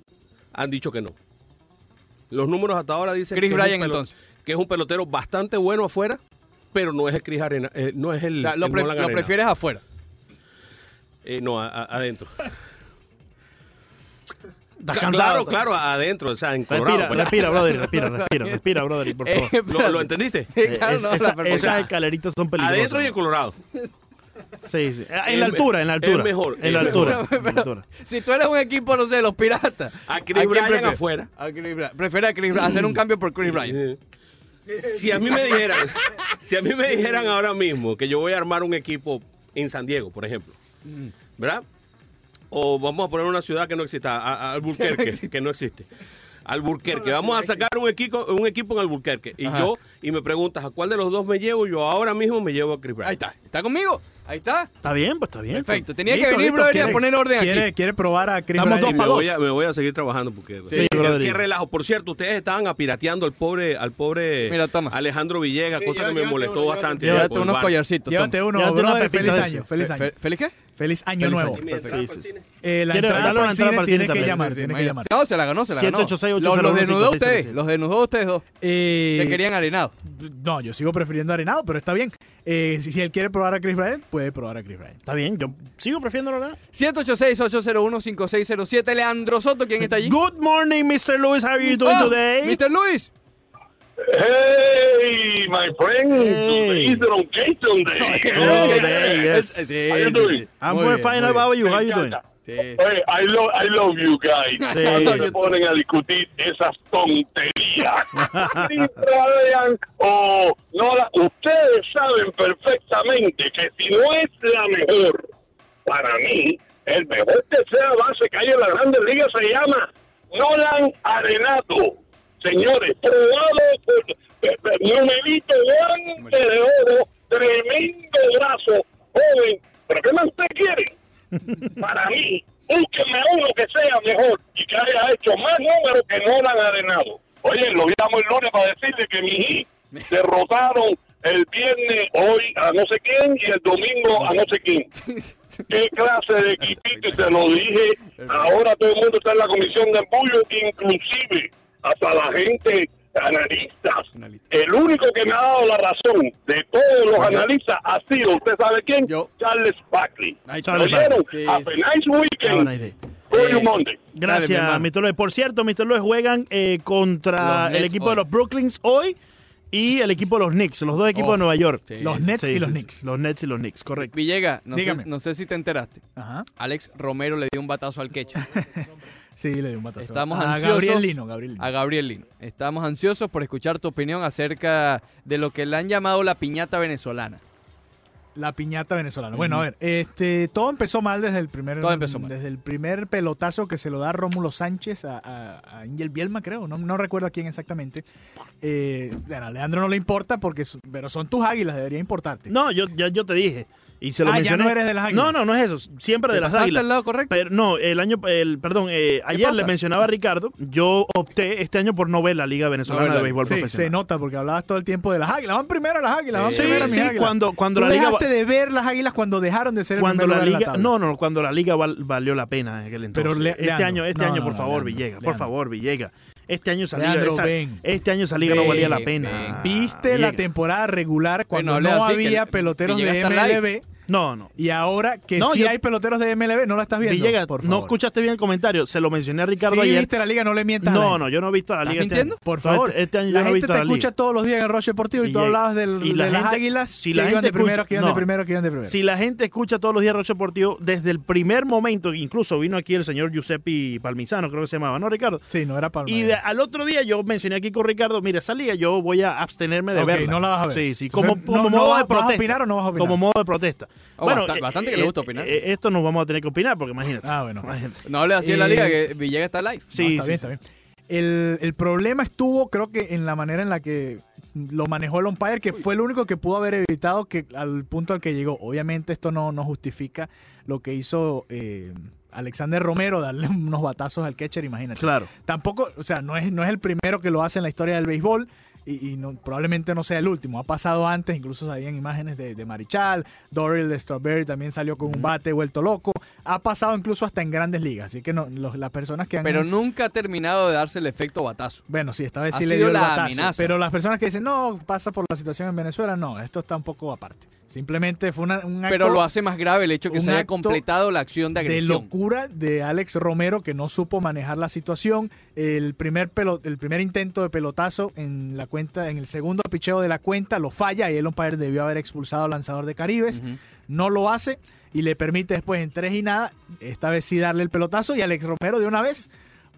han dicho que no. Los números hasta ahora dicen
Chris
que, es
Bryan,
un pelo-
entonces.
que es un pelotero bastante bueno afuera, pero no es el Chris Arena, eh, no es el,
O sea, lo,
el
pre-
Nolan
lo
Arenado.
prefieres afuera.
Eh, no, a- a- adentro.
Estás
Ca-
cansado.
Claro, claro, adentro, o sea, en Colorado.
Respira,
pues.
respira, brother, respira, respira, respira, brother, por favor.
Eh,
¿Lo, lo entendiste?
Sí, claro,
Es-
no,
esa-
la perfección.
esas escaleritas son peligrosas.
Adentro y en Colorado.
Sí, sí. En
El
la
me-
altura, en la
el
altura.
mejor,
En la
el
altura.
Pero-
en la altura.
si tú eres un equipo, no sé, los piratas.
A Chris
quién
Bryan
prefieres?
afuera.
A Chris Bryan. Prefiere a Chris Bryan, hacer un cambio por Chris Bryan.
Si a mí me dijeran, si a mí me dijeran ahora mismo que yo voy a armar un equipo en San Diego, por ejemplo, ¿verdad? O vamos a poner una ciudad que no exista, a- a- Alburquerque, que no existe. Alburquerque, vamos a sacar un equipo, un equipo en Alburquerque. Y
Ajá.
yo, y me preguntas a cuál de los dos me llevo, yo ahora mismo me llevo a Chris Bryant.
Ahí está. ¿Está conmigo? Ahí está.
Está bien, pues está bien.
Perfecto. Tenía que venir, brother, y a
¿quiere?
poner orden aquí.
Quiere, quiere probar a Chris
Estamos
Bryant.
dos
Y me
pa'
voy, a, me voy a seguir trabajando porque
Sí,
qué-
brother.
qué relajo. Por cierto, ustedes estaban apirateando al pobre, al pobre
Mira, toma.
Alejandro Villegas,
Sí,
cosa
llévate,
que me
llévate
molestó
uno,
bastante.
llévate.
Llévate
allá por el
unos
bar.
collarcitos.
Llévate
toma.
uno,
Llévate una
brother,
pepita
feliz
de
año,
eso.
feliz año.
Fe- ¿Feliz qué?
Feliz año
feliz
nuevo.
año.
Sí, sí, sí.
Eh, la
Quiero
entrada
darle una
para el
entrada
cine
para el
tienes
cine
que
también.
llamar, tienes que llamar.
Se la- se la ganó, se la ganó.
786-801-5667.
Los, los desnudó a ustedes, los desnudó a ustedes dos.
Eh,
Te querían arenado.
No, yo sigo prefiriendo a Arenado, pero está bien. Eh, si, si él quiere probar a Chris Bryant, puede probar a Chris Bryant.
Está bien, yo sigo prefiriendo la
786-801-5607. Leandro Soto, ¿quién está allí?
Good morning, Mr. Lewis. How are you doing
Ah,
today?
Mr. Luis.
Hey, my friend,
Hey.
today is the location day.
Oh, there, yes.
Sí, Eh, sí,
How you doing?
sí.
I'm
Muy
very
bien,
fine
muy
about you.
Me
How are you doing?
encanta.
bien. Sí.
Oye, I love, I love you guys. No se
yo-
ponen a discutir esas tonterías. Chris Bryan o no la- ustedes saben perfectamente que si no es la mejor, para mí, el mejor que sea base que hay en la Grande Liga se llama Nolan Arenado. Señores, probado por eh, eh, numerito guante de oro, tremendo brazo, joven. ¿Pero qué más te quieren? para mí, búsquenme a uno que sea mejor y que haya hecho más números que no han arenado. Oye, lo llamamos el lunes para decirle que mi hit derrotaron el viernes hoy a no sé quién y el domingo a no sé quién. ¿Qué clase de equipito? Y se lo dije. Ahora todo el mundo está en la comisión de apoyo, inclusive hasta la gente analistas. El único que me ha dado la razón de todos los analistas ha sido, ¿usted sabe quién?
Yo.
Charles Buckley.
Ahí está.
Charles
¿Oyeron?
Sí.
Have a nice
Have a
weekend.
nice day.
For you
Eh,
Monday.
Gracias,
Dale, mi hermano.
Mr. Lewis. Por cierto, Mr. Lewis juegan eh, contra
Los
el
Nets
equipo
hoy.
de los Brooklyns hoy y el equipo de los Knicks, los dos equipos
Oh,
de Nueva York.
sí.
Los Nets y los Knicks.
Los Nets y los Knicks, correcto.
Villega, no sé,
Dígame.
no sé si te enteraste.
Ajá.
Alex Romero le dio un batazo al quecha.
Sí, le di un batazo.
Estamos
a
ansiosos.
Gabriel Lino, Gabriel Lino.
A Gabriel Lino. Estamos ansiosos por escuchar tu opinión acerca de lo que le han llamado la piñata venezolana.
La piñata venezolana. Bueno, a ver, este, todo empezó mal desde el primer,
Todo empezó mal.
desde el primer pelotazo que se lo da Rómulo Sánchez a, a, a Ingel Bielma, creo. No, no recuerdo a quién exactamente. Eh, bueno, a Leandro no le importa porque, su- pero son tus águilas, debería importarte.
No, yo, ya, yo te dije. Y se lo
Ah, ya
mencioné.
no eres de las águilas.
No, no, no es eso. Siempre
¿Te
de las
pasaste
águilas.
al lado correcto?
Pero no, el año, el, perdón, eh, ayer
pasa?
le mencionaba a Ricardo, yo opté este año por no ver la Liga Venezolana
Novela.
de Béisbol
Sí, se
Profesional.
nota porque hablabas todo el tiempo de las águilas. Van primero las águilas, van
Sí,
primero
sí,
mis águilas.
cuando- cuando
Tú
la liga
dejaste
va-
de ver las águilas cuando dejaron de ser el
Cuando
primer
la
lugar de
liga,
tabla.
no, no, cuando la liga val- valió la pena en aquel entonces.
Le-
este
Leandro,
año, este
no,
año,
no,
por
no,
favor,
Leandro,
Villegas, por
Leandro.
favor, Villegas. Este año esa liga,
Leandro,
esa-
ven.
este año esa liga no
Ven,
valía la
ven.
pena.
Viste la
Villegas.
temporada regular cuando
hable
no
así, que
había
el-
peloteros de
Villegas está live.
MLB.
No, no.
Y ahora que
No,
sí
yo-
hay peloteros de MLB, no la estás viendo.
Villegas,
por
no
favor.
escuchaste bien el comentario, se lo mencioné a Ricardo
Sí
ayer.
viste la liga, no le mientas. a la
No,
gente.
no, yo no he visto la liga.
¿Estás
este
mintiendo?
año.
Por favor.
Este, este año yo
la
no he
gente
visto
te
la
escucha
liga.
todos los días en el Roche Deportivo y tú
Villegas.
hablabas del,
Y la
de las
gente-
águilas.
si
que
la
iban
gente
de primero,
escucha-
que iban de
no.
primero, que iban de primero.
Si la gente escucha todos los días Roche Deportivo, desde el primer momento, incluso vino aquí el señor Giuseppe Palmisano, creo que se llamaba, ¿no, Ricardo?
Sí, no era Palma.
Y de- al otro día yo mencioné aquí con Ricardo, mira, esa liga yo voy a abstenerme de
Ok,
verla.
no la vas a ver.
Sí, sí,
Entonces,
como, como
no- no
modo
vas-
de
¿vas a
protesta.
opinar o no vas a opinar?
Como modo de protesta.
Oh, basta- bastante que le gusta opinar.
eh, esto nos vamos a tener que opinar, porque imagínate.
Ah, bueno.
Imagínate.
No hables así de la
Eh,
liga, que Villegas está live.
Sí,
No, está
sí,
bien,
sí.
está bien. El, el problema estuvo, creo que, en la manera en la que lo manejó el umpire, que fue el único que pudo haber evitado que al punto al que llegó. Obviamente, esto no, no justifica lo que hizo eh, Alexander Romero, darle unos batazos al catcher, imagínate.
Claro.
Tampoco, o sea, no es, no es el primero que lo hace en la historia del béisbol. y, y no- probablemente no sea el último. Ha pasado antes, incluso salían imágenes de, de Marichal, Doryl de Strawberry también salió con un bate vuelto loco. Ha pasado incluso hasta en grandes ligas, así que no- los- las personas que han...
Pero nunca ha terminado de darse el efecto batazo.
Bueno, sí, esta vez
Ha
sí le dio
sido
el
la
batazo,
amenaza.
Pero las personas que dicen, no, pasa por la situación en Venezuela, no, esto está un poco aparte. Simplemente fue una, un acto
Pero lo hace más grave el hecho que
un
se haya
acto
completado la acción de
de
agresión.
locura de Alex Romero que no supo manejar la situación. El primer, pelo, el primer intento de pelotazo en la cuenta, en el segundo picheo de la cuenta, lo falla y el umpire debió haber expulsado al lanzador de Caribes.
Ujú.
No lo hace y le permite después en tres y nada, esta vez sí darle el pelotazo y Alex Romero de una vez.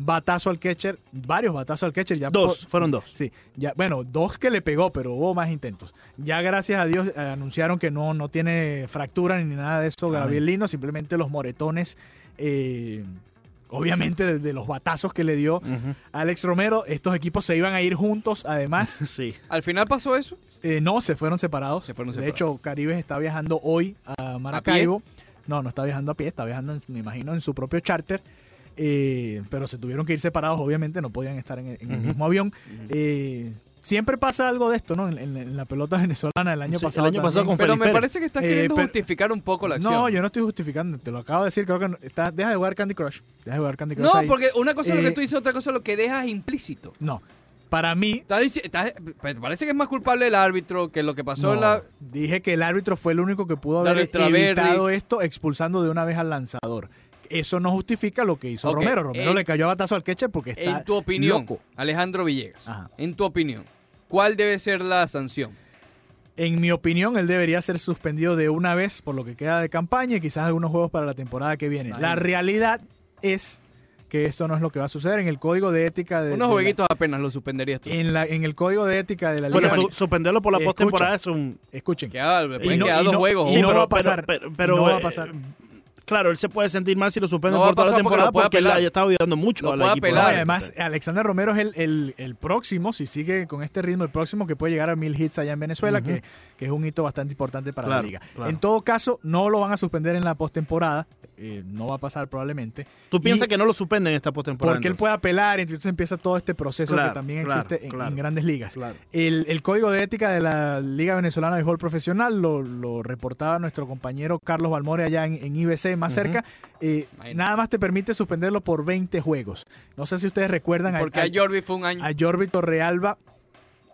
Batazo al catcher, varios batazos al catcher. Ya pues,
Dos,
por-
fueron dos.
Sí, ya, bueno, dos que le pegó, pero hubo más intentos. Ya gracias a Dios eh, anunciaron que no, no tiene fractura ni nada de eso Gabriel Lino, simplemente los moretones, eh, obviamente de, de los batazos que le dio
Mm.
Alex Romero. Estos equipos se iban a ir juntos, además.
Sí.
Al final pasó eso.
Eh, no, se fueron separados.
Se fueron
De hecho, Caribes está viajando hoy a Maracaibo. No, no está viajando a pie, está viajando, en- me imagino, en su propio charter. Eh, pero se tuvieron que ir separados, obviamente, no podían estar en, el- en el mismo avión. Eh, siempre pasa algo de esto, ¿no? En, en- en la pelota venezolana el año
Sí, el
pasado.
año pasado
también.
Félix
Pero me
Pérez.
parece que estás
Eh,
queriendo
pero-
justificar un poco la acción.
No, yo no estoy justificando, te lo acabo de decir. Creo que no- está- deja de jugar Candy Crush. Deja de jugar Candy Crush.
No,
ahí.
porque una cosa es lo
Eh,
que tú dices, otra cosa es lo que dejas implícito.
No, para mí.
Estás dici- estás- me parece que es más culpable el árbitro que lo que pasó
no,
en la...
Dije que el árbitro fue el único que pudo
La
haber
nuestra Verdi.
evitado esto expulsando de una vez al lanzador. Eso no justifica lo que hizo
Ok,
Romero. Romero
en-
le cayó a batazo al queche porque está
En tu opinión,
loco.
Alejandro Villegas,
Ajá.
en tu opinión, ¿cuál debe ser la sanción?
En mi opinión, él debería ser suspendido de una vez por lo que queda de campaña y quizás algunos juegos para la temporada que viene. La
Imagínate.
realidad es que esto no es lo que va a suceder en el código de ética de, de
Unos
la-
jueguitos apenas lo suspenderías tú.
en, la- en el código de ética de la
Bueno,
liga.
su- suspenderlo por la
Escucha.
postemporada es un.
Escuchen,
Queda- ah, le pueden
no-
quedar
y
dos
no-
juegos.
y
o-
no- va a pasar.
Pero, pero-
No va a
eh,
pasar.
Claro, él se puede sentir mal si lo suspenden
No va
por
a
toda la
pasar porque lo
temporada
puede
porque él le
apelar.
ha estado ayudando mucho
Lo
al
puede
equipo.
No, y
apelar. Claro.
además, Alexander Romero es el, el- el próximo, si sigue con este ritmo, el próximo que puede llegar a mil hits allá en Venezuela, que, que es un hito bastante importante para
Claro,
la liga.
claro.
En todo caso, no lo van a suspender en la postemporada, eh, no va a pasar probablemente.
¿Tú piensas
Y
que no lo suspenden esta postemporada?
Porque él
entonces?
puede apelar, y entonces empieza todo este proceso
Claro,
que también
claro,
existe en,
claro.
en grandes ligas.
Claro.
El, el código de ética de la Liga Venezolana de Béisbol Profesional lo, lo reportaba nuestro compañero Carlos Balmore allá en, en IBC, más cerca. eh,
Imagínate.
nada más te permite suspenderlo por 20 juegos. No sé si ustedes recuerdan a-
Porque
a-
a Jordi fue un año.
a Jordi Torrealba.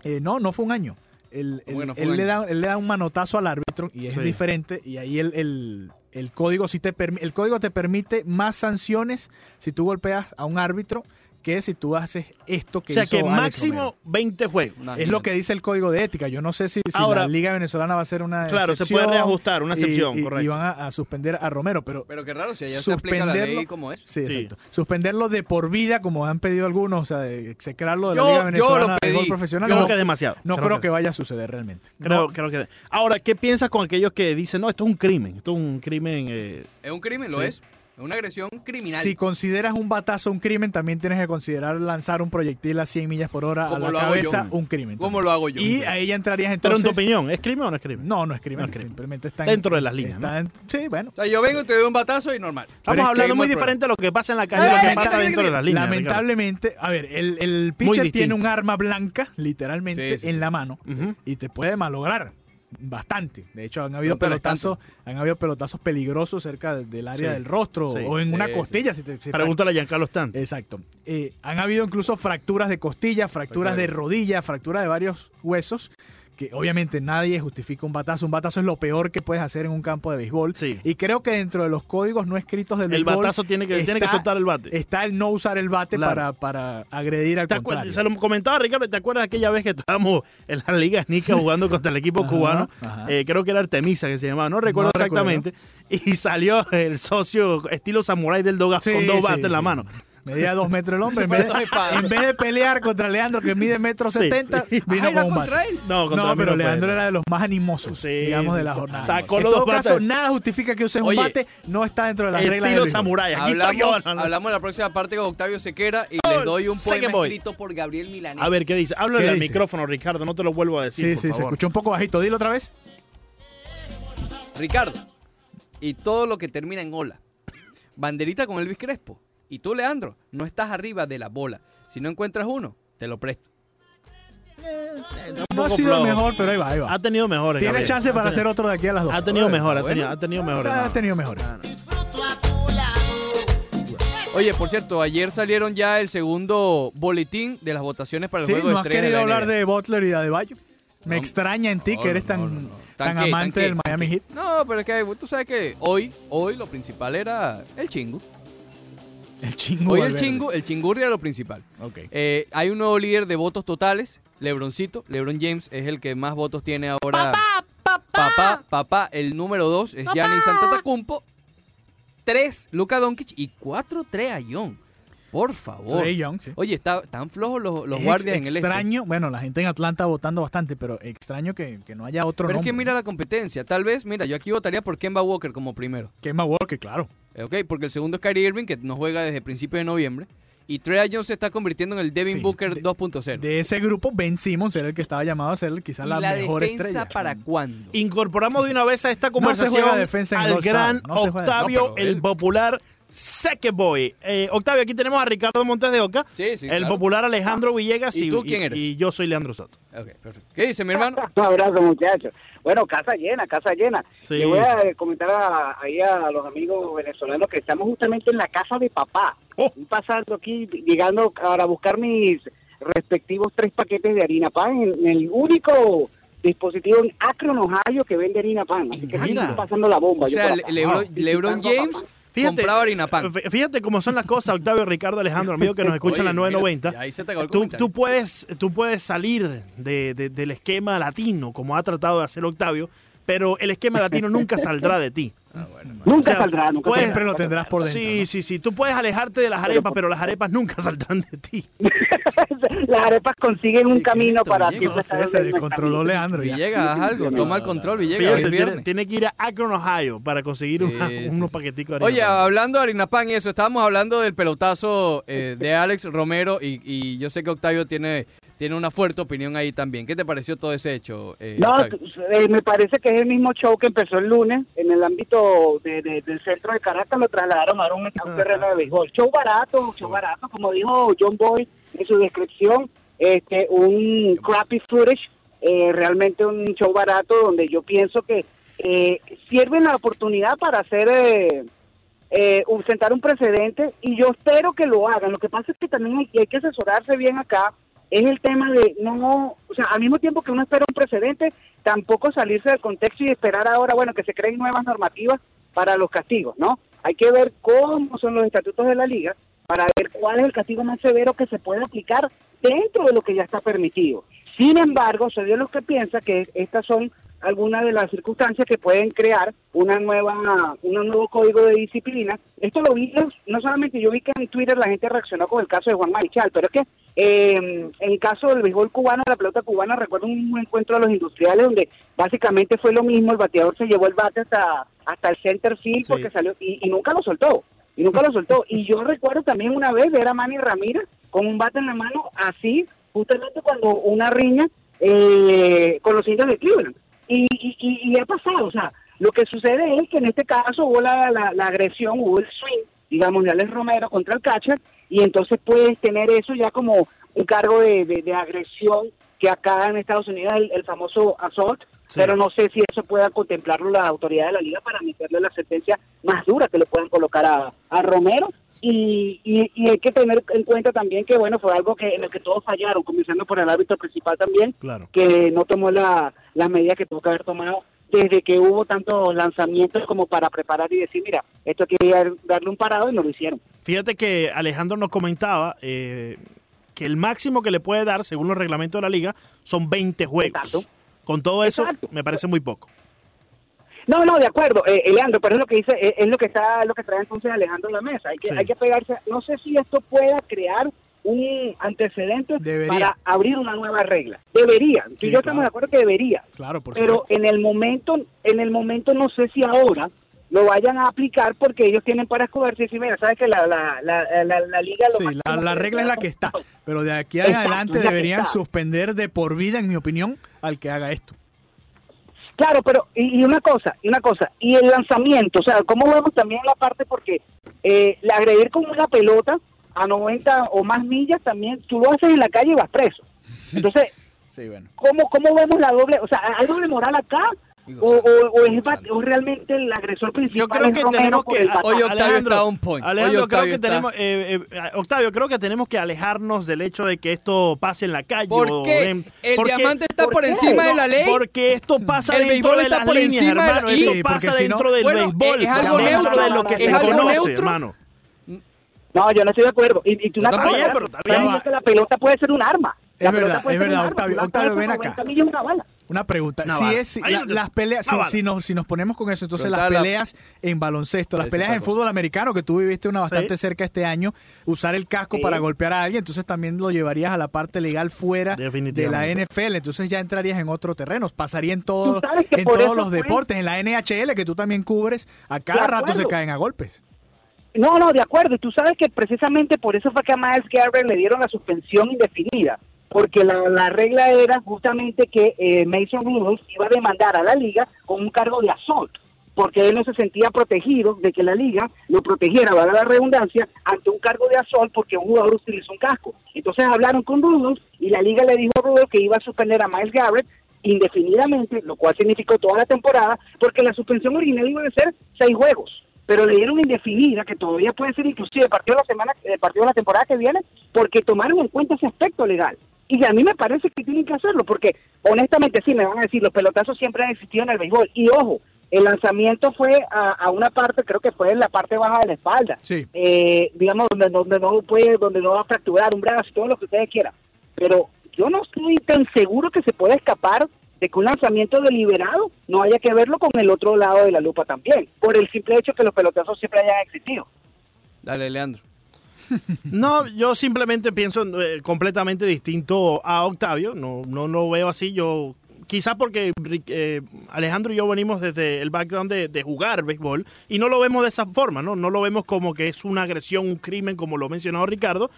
eh, no, no fue un año. El- el-
¿Cómo que no fue
él,
un
le
año?
da, él le da un manotazo al árbitro y es
Sí.
diferente. Y ahí el, el- el código sí te permi- el código te permite más sanciones si tú golpeas a un árbitro que si tú haces esto que
O sea
hizo
que
Alex
máximo
Romero.
20 juegos.
Una-
Es lo que dice el código de ética. Yo no sé si, si
Ahora-
la Liga Venezolana va a ser una.
Claro, se
excepción
puede reajustar, una
y-
excepción,
y- Y
correcto.
van a, a suspender a Romero, pero
Pero qué raro, si allá se aplica la
Suspenderlo-
ley como es.
Sí,
Sí.
exacto. Suspenderlo de por vida, como han pedido algunos, o sea, de execrarlo de la
Yo-
Liga
yo
Venezolana
lo
de Béisbol
pedí.
Profesional.
Yo
no
creo que es demasiado.
no creo, que vaya a suceder realmente.
Creo,
No,
creo que. Ahora, ¿qué piensas con aquellos que dicen, no, esto es un crimen? Esto es un crimen. eh,
Es un crimen, lo
Sí.
es. Es una agresión criminal.
si consideras un batazo un crimen, también tienes que considerar lanzar un proyectil a 100 millas por hora a
Como
la
lo hago yo.
cabeza un crimen.
¿Cómo
también.
lo hago yo?
Y ahí ya entrarías
Pero en
entonces.
tu opinión, ¿es crimen o no es crimen?
No, no es crimen.
No es crimen.
Simplemente está
Dentro de las líneas,
está en- sí, bueno.
O sea, yo vengo y te doy un batazo y normal.
Estamos
es
hablando
crimen
muy
el
diferente de lo que pasa en la calle y
¡Eh,
lo que
eh,
pasa
eh,
dentro
eh,
de las líneas. Ricardo.
Lamentablemente, a ver, el, el pitcher tiene
distinto.
un arma blanca, literalmente,
Sí, sí, sí.
en la mano.
Ujú.
y te puede malograr bastante. De hecho, han habido
No te lo
pelotazos, han habido pelotazos peligrosos cerca de- del área
Sí,
del rostro
sí.
o en una
Sí,
costilla. Si te, si-
Pregúntale a Giancarlo Stanton.
Exacto. Eh, han habido incluso fracturas de costilla, fracturas de rodilla, fracturas de varios huesos. Que obviamente nadie justifica un batazo. Un batazo es lo peor que puedes hacer en un campo de béisbol.
Sí.
Y creo que dentro de los códigos no escritos del
El
béisbol
batazo tiene que- tiene que soltar el bate.
Está el no usar el bate
Claro.
para, para agredir al
¿Te acuerdas?
contrario.
se lo comentaba Ricardo, ¿te acuerdas aquella vez que estábamos en la Liga Nica jugando contra el equipo
Ajá,
cubano?
ajá.
Eh, creo que era Artemisa que se llamaba, no recuerdo
No recuerdo.
exactamente. Y salió el socio estilo samurái del Dogas
Sí,
con dos
sí,
bates en la
sí.
mano.
Medía dos metros el hombre. En
fue
vez,
dos espadas.
en vez de pelear contra Leandro, que mide metro
Sí,
setenta,
sí.
vino
Ah, era
con un bate.
contra él.
No, contra
No,
mí
pero
fue.
Leandro era de los más animosos,
Sí,
digamos,
sí,
de la
sí.
jornada.
Sacó
en
los
todo
dos
caso,
bates.
nada justifica que uses un
Oye,
bate, no está dentro de las
El
reglas del
tiro
béisbol.
samurái. Aquí estoy yo.
Hablamos, hablamos la próxima parte con Octavio Sequera y les doy un
sé que
poema
voy.
escrito por Gabriel Milanés.
A ver, ¿qué dice? Háblale
¿Qué
al
dice?
micrófono, Ricardo, no te lo vuelvo a decir,
Sí,
por
sí, se
favor.
escuchó un poco bajito. Dilo otra vez.
Ricardo, y todo lo que termina en ola. Banderita con Elvis Crespo. Y tú, Leandro, no estás arriba de la bola. Si no encuentras uno, te lo presto.
No ha
poco
sido el
flojo.
mejor, pero ahí va, ahí va.
Ha tenido mejores.
Tienes
Gabriel.
chance
Ha
para hacer
tenido-
otro de aquí a las dos.
Ha tenido
Bueno,
mejor, ha
bueno.
tenido, ha tenido mejores.
Ha tenido mejores.
Oye, por cierto, ayer salieron ya el segundo boletín de las votaciones para el
Sí,
juego de
no has
estrellas de
querido
la
hablar
NBA.
de Butler y de Adebayo. Me
No,
extraña en ti
no,
que eres
no,
tan,
no, no.
tan
Tanque,
amante
tanque,
del Miami
tanque.
Heat.
No, pero es que tú sabes que hoy, hoy lo principal era el chingo.
El chingo.
Hoy el
Valverde.
chingo, el chingurri era lo principal.
Ok.
Eh, hay un nuevo líder de votos totales, Lebroncito. Lebron James es el que más votos tiene ahora. Papá, papá. Papá, El número dos es Giannis Antetokounmpo. Tres, Luka Doncic. Y cuatro, Trey Young. Por favor.
Trey Young, sí.
Oye, está, están flojos los, los
Es
guardias en
ex-
el este.
Extraño, bueno, la gente en Atlanta votando bastante, pero extraño que, que no haya otro
Pero es
nombre.
que mira la competencia. Tal vez, mira, yo aquí votaría por Kemba Walker como primero.
Kemba Walker, claro.
Eh, Ok, porque el segundo es Kyrie Irving, que no juega desde principios de noviembre. Y Trey Young se está convirtiendo en el Devin
Sí,
Booker
de-
2.0.
De ese grupo, Ben Simmons era el que estaba llamado a ser quizás
¿Y
la,
la
mejor
defensa
estrella.
para cuándo?
Incorporamos de una vez a esta
No se
conversación
juega defensa en
al
All-Star,
gran
no se juega-
Octavio,
No, pero
el
él-
popular Seque Boy. Eh, Octavio, aquí tenemos a Ricardo Montes de Oca,
Sí, sí,
el
claro.
popular Alejandro Villegas
¿Y tú quién eres?
y yo soy Leandro Soto.
Ok, perfecto. ¿Qué dice mi hermano?
Un abrazo, muchachos. Bueno, casa llena, casa llena.
Sí.
Le voy a eh, comentar a- ahí a los amigos venezolanos que estamos justamente en la casa de papá.
Oh.
Estoy pasando aquí, llegando para buscar mis respectivos tres paquetes de harina pan en, en el único dispositivo en Akron, Ohio, que vende harina pan. Así que aquí
Mira.
estoy pasando la bomba.
O
yo
sea,
por
Le-
acá.
Lebron,
Wow.
LeBron
Visitando a
James
papá.
compraba harina pan.
f- eh, Fíjate cómo son las cosas, Octavio, Ricardo, Alejandro, amigo que nos escucha en la
Oye,
990.
mira, ahí se te acabó el
tú,
comentario.
tú puedes, tú puedes salir de- de- del esquema latino, como ha tratado de hacer Octavio, pero el esquema latino nunca saldrá de ti.
Ah, bueno, hermano.
Nunca
O sea,
saldrá, nunca
pues,
saldrá.
Siempre lo tendrás por dentro.
Sí,
¿no?
sí, sí. Tú puedes alejarte de las arepas, pero las arepas nunca saldrán de ti.
Las arepas consiguen un
Sí,
camino
Cristo,
para
Diego.
siempre
No
estar
sé,
en
se
nuestra
descontroló
vida.
Leandro ya.
Villegas, haz algo,
No,
toma el
no,
control,
no.
Villegas. hoy
Fíjate,
es
tiene,
viernes.
tiene que ir a Akron, Ohio, para conseguir una-
Sí, sí.
unos paquetitos de harina
Oye,
pan.
hablando de harina pan y eso, estábamos hablando del pelotazo eh, de Alex Romero y, y yo sé que Octavio tiene, tiene una fuerte opinión ahí también. ¿Qué te pareció todo ese hecho? eh,
No,
Octavio?
eh, me parece que es el mismo show que empezó el lunes en el ámbito de- de- del centro de Caracas, lo trasladaron a un, a un terreno de béisbol. Show barato, show barato, como dijo John Boy en su descripción, este, un crappy footage, eh, realmente un show barato donde yo pienso que eh, sirven la oportunidad para hacer... eh, eh, un- sentar un precedente y yo espero que lo hagan. Lo que pasa es que también hay, hay que asesorarse bien acá. Es el tema de no, o sea, al mismo tiempo que uno espera un precedente, tampoco salirse del contexto y esperar ahora, bueno, que se creen nuevas normativas para los castigos, ¿no? Hay que ver cómo son los estatutos de la liga para ver cuál es el castigo más severo que se puede aplicar dentro de lo que ya está permitido. Sin embargo, soy de los que piensa que estas son algunas de las circunstancias que pueden crear una nueva, un nuevo código de disciplina. Esto lo vi, no solamente yo vi que en Twitter la gente reaccionó con el caso de Juan Marichal, pero es que eh, en el caso del béisbol cubano, la pelota cubana, recuerdo un encuentro de los industriales donde básicamente fue lo mismo, el bateador se llevó el bate hasta, hasta el center field
Sí.
porque salió y, y nunca lo soltó y nunca lo soltó. Y yo recuerdo también una vez ver a Manny Ramírez con un bate en la mano, así, justamente cuando una riña eh, con los indios de Cleveland. Y, y, y- y ha pasado, o sea, lo que sucede es que en este caso hubo la, la- la agresión, hubo el swing, digamos, de Alex Romero contra el catcher, y entonces puedes tener eso ya como un cargo de, de- de agresión que acá en Estados Unidos es el, el famoso assault,
Sí.
pero no sé si eso pueda contemplarlo la autoridad de la liga para meterle la sentencia más dura que le puedan colocar a, a Romero. Y, y- y hay que tener en cuenta también que, bueno, fue algo que en el que todos fallaron, comenzando por el árbitro principal también,
Claro.
que no tomó la, las medidas que tuvo que haber tomado desde que hubo tantos lanzamientos como para preparar y decir, mira, esto hay que dar- darle un parado y no lo hicieron.
Fíjate que Alejandro nos comentaba eh, que el máximo que le puede dar, según los reglamentos de la liga, son 20 juegos.
Exacto.
Con todo eso,
Exacto.
me parece muy poco.
No, no, de acuerdo, eh, eh, Leandro, pero es lo que dice, eh, es lo que está, lo que trae entonces Alejandro en la mesa. Hay que,
Sí.
hay que pegarse. No sé si esto pueda crear un antecedente
Debería.
para abrir una nueva regla. Debería. Tú
Sí,
y yo
claro.
estamos de acuerdo que debería.
Claro, por
pero
supuesto.
en el momento, en el momento no sé si ahora lo vayan a aplicar porque ellos tienen para escudarse y decir, mira, sabes que la, la, la, la, la liga... Lo
Sí,
máximo
la,
que
la
le
regla es
queda
la que
son
está.
dos.
Pero de aquí en
Exacto,
adelante
es la que
deberían
está.
suspender de por vida, en mi opinión, al que haga esto.
Claro, pero y, y una cosa, y una cosa, y el lanzamiento, o sea, cómo vemos también la parte porque eh, la agredir con una pelota a 90 o más millas también, tú lo haces en la calle y vas preso. Entonces,
Sí, bueno.
¿Cómo, ¿Cómo vemos la doble? O sea, ¿hay doble moral acá?
Digo,
¿O,
o sea,
o- o es, va- o realmente el agresor principal?
Yo creo
es
que
Romero
tenemos
por
que.
el patrón?
Hoy Octavio
Alejandro,
está on point. Hoy
Alejandro, creo
Octavio
que
está-
tenemos. eh, eh, Octavio, creo que tenemos que alejarnos del hecho de que esto pase en la calle. o
¿Por qué?
en-
El
porque-
diamante está
¿por
por
qué?
encima de la ley.
Porque esto pasa
El
dentro
béisbol
de
está
las
por
líneas,
encima de la-
hermano.
y-
Esto
Sí, porque
pasa
si no-
dentro del
Bueno, eh,
béisbol,
es algo
dentro
neutro,
de lo que
es
se
algo
conoce,
neutro.
hermano.
No, yo no estoy de acuerdo. Y, y tú una
Está
cosa,
bien,
¿verdad?
pero está
Estás
bien.
diciendo que la pelota puede ser un arma.
Es
La pelota
verdad,
puede
es
ser un
verdad,
arma.
Octavio,
Una
Octavio,
pelota
ven
con
acá.
90 millas, una bala.
Una pregunta.
Una
si
bala.
es,
Ahí
la-
no te-
las peleas,
una
si,
bala.
si nos, si nos ponemos con eso, entonces las
Preguntaba la-
peleas en baloncesto, las
Eso
peleas
está
en
cosa.
fútbol americano, que tú viviste una bastante
Sí.
cerca este año, usar el casco
Sí.
para golpear a alguien, entonces también lo llevarías a la parte legal fuera de la
Definitivamente.
NFL, entonces ya entrarías en otro terreno, pasaría en, todo,
Tú sabes que
en
por
todos
eso
los
fue-
deportes, en la NHL que tú también cubres, a cada
De
rato se
acuerdo.
caen a golpes.
No, no, de acuerdo. Y tú sabes que precisamente por eso fue que a Miles Garrett le dieron la suspensión indefinida. Porque la, la regla era justamente que eh, Mason Rudolph iba a demandar a la liga con un cargo de asalto. Porque él no se sentía protegido de que la liga lo protegiera, valga la redundancia, ante un cargo de asalto porque un jugador utilizó un casco. Entonces hablaron con Rudolph y la liga le dijo a Rudolph que iba a suspender a Miles Garrett indefinidamente, lo cual significó toda la temporada, porque la suspensión original iba a ser seis juegos pero le dieron indefinida, que todavía puede ser inclusive partido de la semana, eh, partido de la temporada que viene, porque tomaron en cuenta ese aspecto legal. Y a mí me parece que tienen que hacerlo, porque honestamente sí, me van a decir, los pelotazos siempre han existido en el béisbol. Y ojo, el lanzamiento fue a, a una parte, creo que fue en la parte baja de la espalda.
Sí.
Eh, digamos, donde, donde no puede, donde no va a fracturar un brazo, todo lo que ustedes quieran. Pero yo no estoy tan seguro que se pueda escapar de que un lanzamiento deliberado no haya que verlo con el otro lado de la lupa también, por el simple hecho que los pelotazos siempre hayan existido.
Dale, Leandro.
No, yo simplemente pienso eh, completamente distinto a Octavio. No, no, no veo así. Yo quizás porque Rick- eh, Alejandro y yo venimos desde el background de, de jugar béisbol y no lo vemos de esa forma, ¿no? No lo vemos como que es una agresión, un crimen, como lo ha mencionado Ricardo.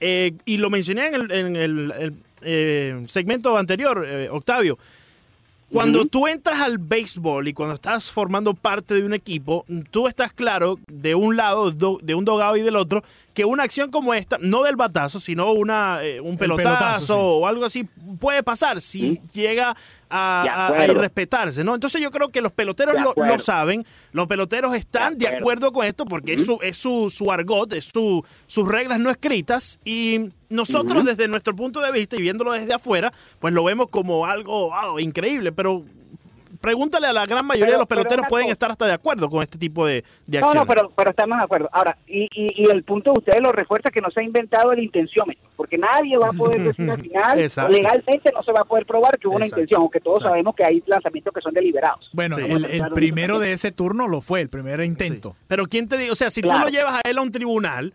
Eh, y lo mencioné en el, en el- el, eh, segmento anterior, eh, Octavio. Cuando tú entras al béisbol y cuando estás formando parte de un equipo, tú estás claro de un lado, do- de un dogado y del otro, que una acción como esta, no del batazo, sino una, eh, un pelotazo,
pelotazo, sí.
o algo así, puede pasar si llega a,
De
a- a
acuerdo.
irrespetarse. ¿no? Entonces yo creo que los peloteros
De
lo, lo
acuerdo.
saben, los peloteros están de
De
acuerdo,
acuerdo
con esto porque es, su, es su, su argot, es su, sus reglas no escritas y nosotros desde nuestro punto de vista y viéndolo desde afuera, pues lo vemos como algo wow, increíble, pero pregúntale a la gran mayoría de
Pero-
los
pero
peloteros
una
pueden
cosa.
estar hasta de acuerdo con este tipo de, de
No,
acciones.
no, pero, pero estamos de acuerdo. Ahora, y, y, y el punto de ustedes lo refuerza que no se ha inventado el intenciómetro, porque nadie va a poder decir al final,
Exacto.
legalmente no se va a poder probar que hubo una
Exacto.
intención, aunque todos
Exacto.
sabemos que hay lanzamientos que son deliberados.
Bueno,
Sí.
el, el primero de ese turno lo fue, el primer intento.
Sí. Pero quién te dice, o sea, si tú
Claro.
lo llevas a él a un tribunal,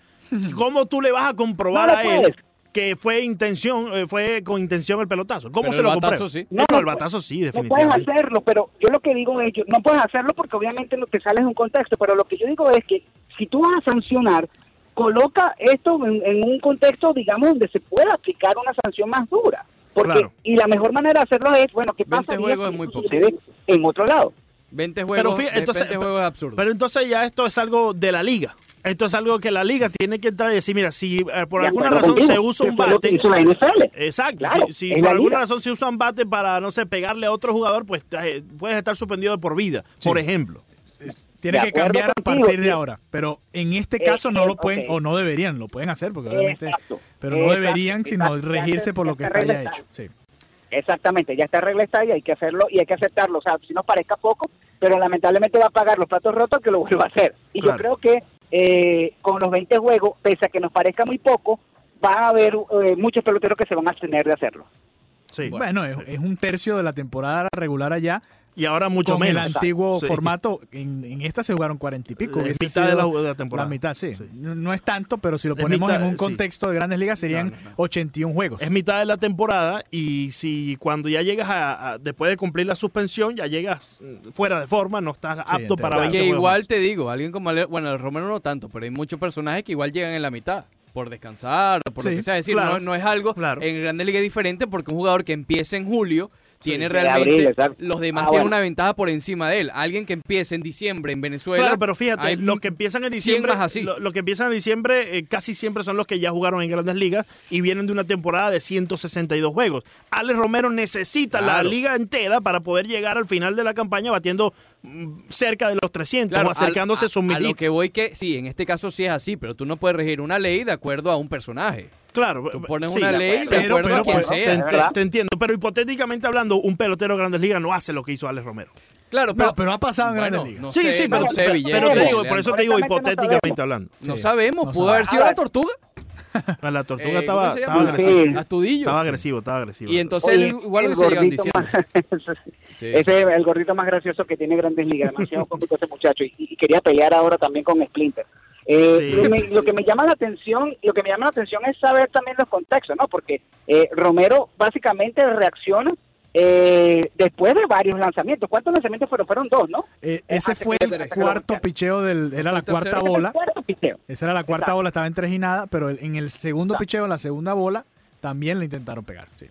¿cómo tú le vas a comprobar
No lo
a él
puedes.
que fue intención, eh, fue con intención el pelotazo? ¿Cómo
Pero
se
el
lo
batazo
compruebas?
sí.
No, no,
No, no
el
puede-
batazo sí,
No puedes
definitivamente.
hacerlo, pero yo lo que digo es, yo- no puedes hacerlo porque obviamente lo que sale es un contexto, pero lo que yo digo es que si tú vas a sancionar, coloca esto en, en un contexto, digamos, donde se pueda aplicar una sanción más dura. Porque,
Claro.
Y la mejor manera de hacerlo es, bueno, ¿qué
20
pasa
juegos es muy poco.
en otro lado?
20 juegos,
fíjate,
de
entonces-
20 juegos es absurdo.
Pero entonces ya esto es algo de la liga. Esto es algo que la liga tiene que entrar y decir, mira, si eh, por
De
alguna
acuerdo
razón
contigo,
se usa
que
un
fue lo que
bate,
hizo la NFL.
Exacto.
Claro,
si si
es
por
la
alguna
liga.
razón se usa un bate para, no sé, pegarle a otro jugador, pues eh, puedes estar suspendido de por vida, por ejemplo.
Tiene
De
que
acuerdo
cambiar a
contigo,
partir de
sí.
ahora. Pero en este
Eh,
caso no
eh,
lo pueden
ok.
o no deberían, lo pueden hacer porque obviamente,
Exacto,
pero no
exacto,
deberían sino
exacto, ya
regirse
se-
por
ya
lo que
se
está ya
arregla,
hecho. Sí.
Exactamente, ya esta regla está y hay que hacerlo y hay que aceptarlo. O sea, si nos parezca poco, pero lamentablemente va a pagar los platos rotos que lo vuelva a hacer. Y
Claro.
yo creo que eh, con los 20 juegos, pese a que nos parezca muy poco, va a haber eh, muchos peloteros que se van a abstener de hacerlo.
Sí.
Bueno, es, es un tercio de la temporada regular allá
y ahora mucho
con
menos.
el antiguo
Sí.
formato. En, en esta se jugaron cuarenta y pico.
La
hubiese
mitad de
sido
la- de la temporada.
La mitad, sí.
Sí.
No, no es tanto, pero si lo
Es
ponemos
mitad,
en un
sí.
contexto de grandes ligas serían
No, no, no.
81 juegos.
Es mitad de la temporada y si cuando ya llegas a, a- después de cumplir la suspensión, ya llegas mm, fuera de forma, no estás apto
entiendo.
para 20
que
juegos
igual
más.
te digo, alguien como Ale- bueno, el Romero no tanto, pero hay muchos personajes que igual llegan en la mitad por descansar, por
Sí,
lo que sea, es decir,
claro,
no, no es algo
claro.
en Grandes Ligas diferente porque un jugador que empieza en julio tiene
de
realmente
abril, exacto.
los demás
Ah,
tienen
bueno.
una ventaja por encima de él. Alguien que empiece en diciembre en Venezuela.
Claro, pero fíjate,
hay
los que empiezan en
100
diciembre,
más así.
lo- los que empiezan en diciembre eh, casi siempre son los que ya jugaron en Grandes Ligas y vienen de una temporada de 162 juegos. Alex Romero necesita la
Claro.
liga entera para poder llegar al final de la campaña batiendo mm, cerca de los 300 o
Claro,
acercándose
a,
a sus mil
a lo
hits.
que voy que sí, en este caso sí es así, pero tú no puedes regir una ley de acuerdo a un personaje.
Claro, eh,
Tú pones
sí,
una
de
ley
acuerdo.
de acuerdo
Pero-
a quien
pero-
pues,
sea.
te-
¿verdad?
te entiendo, pero hipotéticamente hablando, un pelotero de Grandes Ligas no hace lo que hizo Alex Romero.
Claro,
Pero,
pero,
pero ha pasado en
bueno,
Grandes Ligas.
no
sí,
sé,
sí, pero,
no sé,
pero-
Villegas,
pero te digo,
Leandro.
por eso te digo
Honestamente, no
hipotéticamente hablando.
No
Sí,
sabemos,
no
pudo
sabemos.
haber sido la tortuga.
La tortuga
Eh,
estaba,
¿cómo se
estaba
llama?
agresiva.
agresiva.
Astudillo.
Estaba agresivo, estaba agresivo.
Y entonces él
Oye,
igual lo
el
que se llevan
gordito
diciendo.
más- Ese es el gordito más gracioso que tiene Grandes Ligas, demasiado cómico ese muchacho. Y, y quería pelear ahora también con Splinter. Eh,
Sí.
lo, me- lo que me llama la atención, lo que me llama la atención es saber también los contextos, ¿no? Porque eh, Romero básicamente reacciona eh, después de varios lanzamientos. ¿Cuántos lanzamientos fueron? Fueron dos, ¿no?
Eh,
Ah,
ese fue el cuarto picheo del. Era la
Fue el
cuarta
tercero.
bola.
Cuarto piteo.
Esa era la cuarta
Exacto.
bola, estaba en tres y nada, pero el- en el segundo picheo, en la segunda bola, también le intentaron pegar. sí.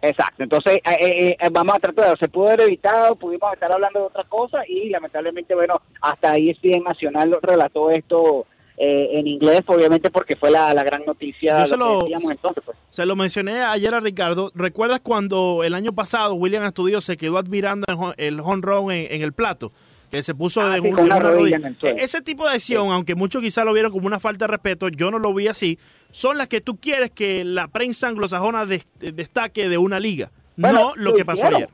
Exacto, entonces eh, eh, eh, vamos a tratar, se pudo haber evitado, pudimos estar hablando de otra cosa y lamentablemente, bueno, hasta ahí ESPN Nacional lo relató esto eh, en inglés, obviamente porque fue la, la gran noticia
Yo
de
se
lo
lo-
que decíamos entonces. pues.
Se lo mencioné ayer a Ricardo. ¿Recuerdas cuando el año pasado William Astudillo se quedó admirando el hon- el home run en, en el plato? Que se puso
Ah,
de
sí,
un-
con
de
la rodilla en el suelo.
E- Ese tipo de acción, aunque muchos quizás lo vieron como una falta de respeto, yo no lo vi así. Son las que tú quieres que la prensa anglosajona des- destaque de una liga.
Bueno,
no lo que pasó
hicieron.
ayer.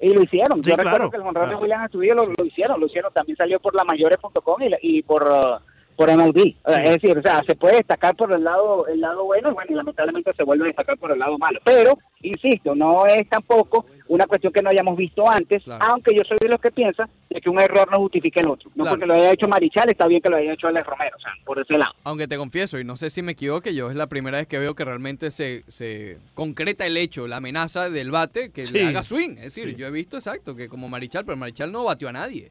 Y lo hicieron,
Sí,
yo
claro, Ah.
recuerdo que el honrón de
claro.
William Astudillo lo, lo hicieron, lo hicieron, también salió por la mayores.com y, la- y por... uh, por MLB, O sea, es decir, o sea, se puede destacar por el lado el lado bueno, y bueno, y lamentablemente se vuelve a destacar por el lado malo, pero insisto, no es tampoco una cuestión que no hayamos visto antes,
Claro.
aunque yo soy de los que piensa de que un error no justifica el otro, no
Claro.
porque lo haya hecho Marichal, está bien que lo haya hecho Alex Romero, o sea, por ese lado.
Aunque te confieso, y no sé si me equivoque, yo es la primera vez que veo que realmente se, se concreta el hecho, la amenaza del bate que
Sí.
le haga swing. Es decir, yo he visto exacto que como Marichal, pero Marichal no batió a nadie.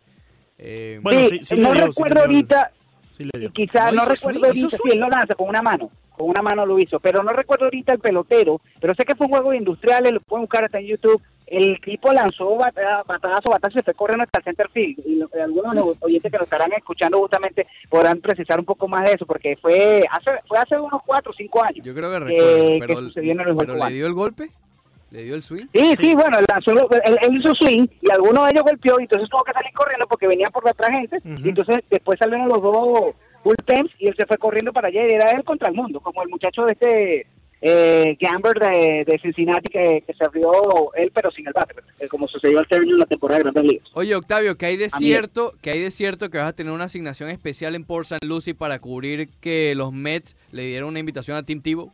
Eh,
Bueno,
Sí,
sí, sí le
no
dio, sí
recuerdo
le dio.
ahorita,
Sí le dio.
quizás
No
no,
hizo swing,
recuerdo
hizo
ahorita,
swing.
sí, él lo lanza con una mano, con una mano lo hizo, pero no recuerdo ahorita el pelotero, pero sé que fue un juego de industriales, lo pueden buscar hasta en YouTube, el tipo lanzó bata- batazo, batazo, se fue corriendo hasta el center field, y lo- algunos de los oyentes que lo estarán escuchando justamente podrán precisar un poco más de eso, porque fue hace, fue hace unos cuatro o cinco años.
yo creo que
Eh, ¿qué
recuerdo,
sucedió en el
pero,
gol
pero le
cubano?
dio el golpe, le dio el swing.
Sí, sí, bueno, él, lanzó, él, él hizo swing y alguno de ellos golpeó y entonces tuvo que salir corriendo porque venían por la otra gente
Ujú.
y entonces después salieron los dos bullpens y él se fue corriendo para allá y era él contra el mundo, como el muchacho de este eh, Gamber de, de Cincinnati que, que se rió él pero sin el bate, eh, como sucedió al término de la temporada de Grandes Ligas.
Oye, Octavio, que hay de
Amigo.
cierto, que hay de cierto que vas a tener una asignación especial en Port San Lucie para cubrir que los Mets le dieron una invitación a Tim Tebow.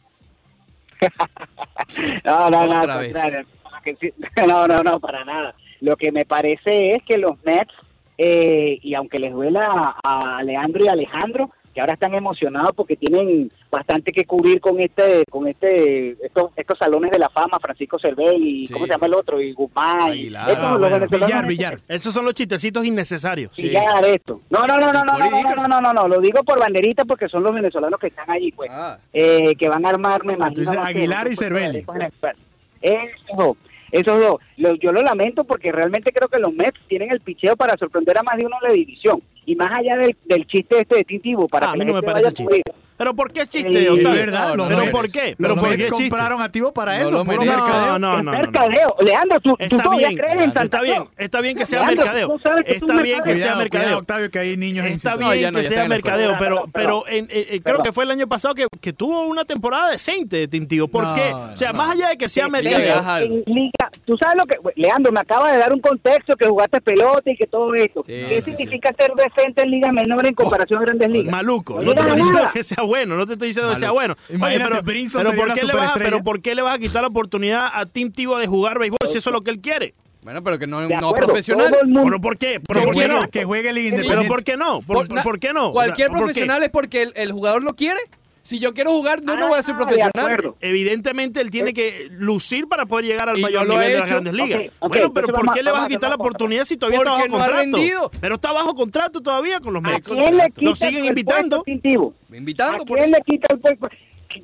No, no, no,
Otra
al
vez.
contrario. Que sí- no, no, no, para nada. Lo que me parece es que los Mets, eh, y aunque les duela a, a Leandro y Alejandro, que ahora están emocionados porque tienen bastante que cubrir con este, con este, estos, estos salones de la fama, Francisco Cervel y
Sí.
¿cómo se llama el otro? Y Guzmán. y-
Aguilar.
estos,
Ah,
los
bueno.
venezolanos
Villar,
estos
Villar.
Esos son los chistecitos innecesarios.
Sí.
y ya haré esto. No, no, no, no, no, no, no, no, no, no, no, lo digo por banderita porque son los venezolanos que están allí, pues.
Ah.
Eh, que van a armar, me imagino.
dices
no sé,
Aguilar
otro
y
puesto
Cervelli.
de Venezuela. Esos dos, esos dos. Lo- yo lo lamento porque realmente creo que los Mets tienen el picheo para sorprender a más de uno de la división. Y más allá del, del chiste este de Titibo, para
Ah, a
que
mí
la
no me
gente
parece
vaya a
chiste.
cubrir.
Pero ¿por qué
Sí,
chiste,
Es
Octavio? Ah,
verdad,
no,
los
¿Pero
Mets-
por qué?
Los
¿Pero por
Mets
qué chiste?
compraron activos para
No
eso,
lo
puro
merece.
mercadeo.
No,
Es
no, no, no.
mercadeo. Leandro, tú, tú
Está
todavía
bien,
crees en Santa
está bien,
Claus.
está bien que sea
Leandro,
mercadeo.
tú sabes que tú
Está
me
bien que
sabes.
sea
Cuidado, cuidado,
mercadeo.
Octavio, que hay niños
Está
incitados.
bien
No, ya no,
que
ya
sea
está en el
mercadeo,
acuerdo.
pero,
Perdón, perdón.
pero en- en- en- creo
Perdón.
que fue el año pasado que, que tuvo una temporada decente de Tim Tebow. ¿Por
No,
qué? O sea,
no.
más allá de que sea
Sí,
Mira,
mercadeo.
ya. algo.
en liga, tú sabes lo que, Leandro, me acaba de dar un contexto que jugaste pelota y que todo esto.
Sí,
¿Qué
sí,
significa ser decente en ligas menores en comparación a grandes ligas?
Oh, Maluco, no
No
te
digas
estoy diciendo
nada.
que sea bueno, no te estoy diciendo que sea bueno. Oye,
Imagínate,
pero,
Brinson
pero
sería
¿por
una
qué le vas a,
superestrella.
pero ¿por qué le vas a quitar la oportunidad a Tim Tebow de jugar béisbol si eso es lo que él quiere?
Bueno, pero que no,
De
no
acuerdo,
profesional.
todo el mundo-
¿Pero por qué? ¿Pero
Que
por qué
juegue-
no?
Que juegue Liga
¿Pero
Independiente.
por qué no? ¿Por,
Por- na-
por qué no? O sea,
Cualquier
¿por qué?
profesional es porque el, el jugador lo quiere. Si yo quiero jugar, yo no voy a ser
Ah,
profesional.
De acuerdo.
Eh, Evidentemente él tiene que lucir para poder llegar al
Y
mayor
yo lo
nivel
he
de las
hecho.
grandes ligas.
Ok, ok,
bueno, pero
entonces
¿por
vamos-
qué le vas a
vamos a
quitar la
hacer una
oportunidad si todavía está
Porque
bajo
no ha
contrato?
rendido.
Pero está bajo contrato todavía con los
¿A
Mets.
quién le quita
Lo siguen
el
invitando.
puesto, Tintivo?
Me invitando
¿A
por
quién le quita el puesto?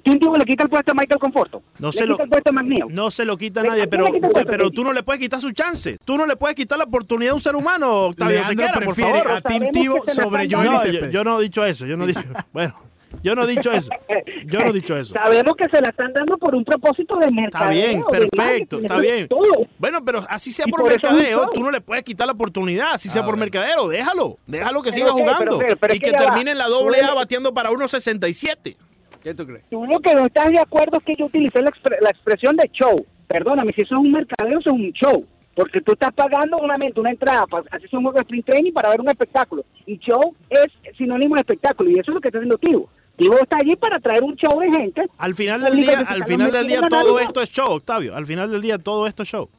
Tintivo le quita el puesto a Michael Conforto.
No
le
se
quita
lo-
el puesto a McNeil.
No se lo quita a
Venga,
nadie,
¿quién
pero,
le quita el puesto,
pero
Pinky?
tú no le puedes quitar su chance. Tú no le puedes quitar la oportunidad a un ser humano, Octavio
Leandro
Sequeira, por
prefiere
favor.
a Tim
Sabemos que
Tebow
se la
sobre
están
Joel
No, yo,
Embiid.
yo no he dicho eso, yo no he dicho. Bueno, yo no he dicho eso. Yo no he dicho eso.
Sabemos que se la están dando por un propósito de
Está
mercadeo.
bien,
de
perfecto,
marketing,
está
eso es
bien.
todo.
Bueno, pero así sea
Y
por,
por eso es un
mercadeo,
show.
tú no le puedes quitar la oportunidad, así sea
Ah,
por
bueno.
mercadeo, déjalo, déjalo que
Pero
siga
ok, pero
jugando
ok, pero es
y
que
que,
ya va.
termine en la doble
Tú
A
eres-
batiendo para 1.67.
¿Qué tú crees?
Tú lo que no estás de acuerdo es que yo utilicé la, expre- la expresión de show. Perdóname, si eso es un mercadeo, eso es un show. Porque tú estás pagando una, mente, una entrada, para, así es un juego de sprint training para ver un espectáculo. Y show es sinónimo de espectáculo. Y eso es lo que está haciendo Tivo. Tivo está allí para traer un show de gente.
Al final del
Público
día,
que se
al
está
final del día
metiendo en la
todo
liga.
esto es show, Octavio. Al final del día todo esto es show.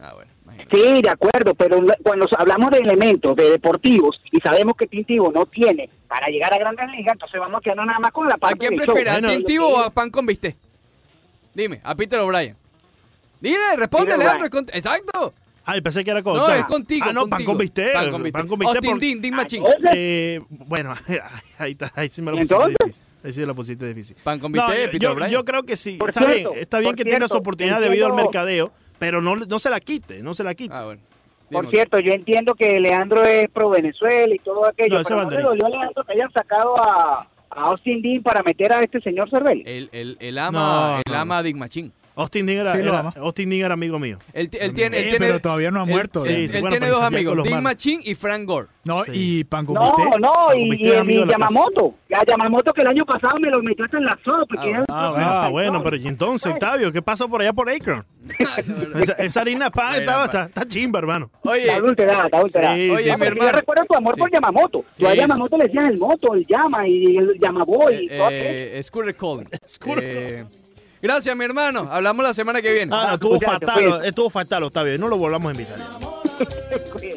Ah, bueno, imagínate.
Sí, de acuerdo, pero lo- cuando hablamos de elementos, de deportivos, y sabemos que Tintivo no tiene para llegar a grandes ligas, entonces vamos a quedarnos nada más con la
¿A
parte
quién
del show.
prefieres, a
Bueno,
Tintivo o a Pan con Bisté? Dime, a Peter O'Brien. Dile, responde,
Peter
Leandro.
O'Brien.
es cont- Exacto.
Ay, pensé que era con
No,
Octavio.
es contigo.
Ah, no, pan
contigo.
con bistec.
Pan con bistec.
Pan con bistec
Austin
porque-
Dean,
Ah,
Dean Machín.
Ay,
Eh, bueno, ahí, está, ahí sí me lo pusiste
¿Entonces?
difícil. Ahí sí la pusiste difícil.
Pan con
No,
bistec,
yo-
Peter
yo,
O'Brien.
yo creo que sí.
Por
Está
cierto,
bien, está bien
por
que tenga su
cierto,
oportunidad debido al
entiendo-
mercadeo, pero no, no se la quite, no se la quite.
Ah, bueno.
Por
Dime,
cierto, yo entiendo que Leandro es pro Venezuela y todo aquello,
No, ese
pero no le
banderita.
dolió a Leandro que hayan sacado a, a Austin Dean para meter a este señor Cervelli.
Eh,
Él, él- él ama,
No,
él
no,
ama a Dick Machín.
Austin Ding era,
Sí, lo
era-
ama.
Austin Ding era amigo mío.
Él, ti- él tiene, él
Eh,
tiene-
pero todavía no ha
él-
muerto.
Él,
Sí, sí,
él
bueno,
tiene
pero
dos
ya con
amigos,
los
Dick
malos.
Machín y Frank Gore.
No,
Sí.
y pan con
No,
bistec.
no, y,
Convertido
y-
en amigo
y
de la casa.
Yamamoto. La Yamamoto que el año pasado me lo metió hasta en la
Ah,
sopa. que es
bueno.
otro
Ah, bueno.
Ah,
campeón.
bueno, pero y entonces, Octavio, ¿qué pasó por allá por Akron? Esa, esa harina pan
Harina
estaba,
pan.
está, está chimba, hermano.
Está
Oye,
adulterada, está adulterada.
Sí, sí,
No,
sí.
pero
mi
si yo
hermano.
recuerdo tu amor
Sí.
por Yamamoto. Tú a
Sí.
Yamamoto le decías el moto, el llama y el llamaboy. y todo aquello.
eh, eh, Scooter Collins. Eh, gracias, mi hermano. Hablamos la semana que viene.
Ah, no, estuvo
escuchaste,
fatal,
pues.
estuvo fatal, Octavio. No lo volvamos a invitar.
Cuidado.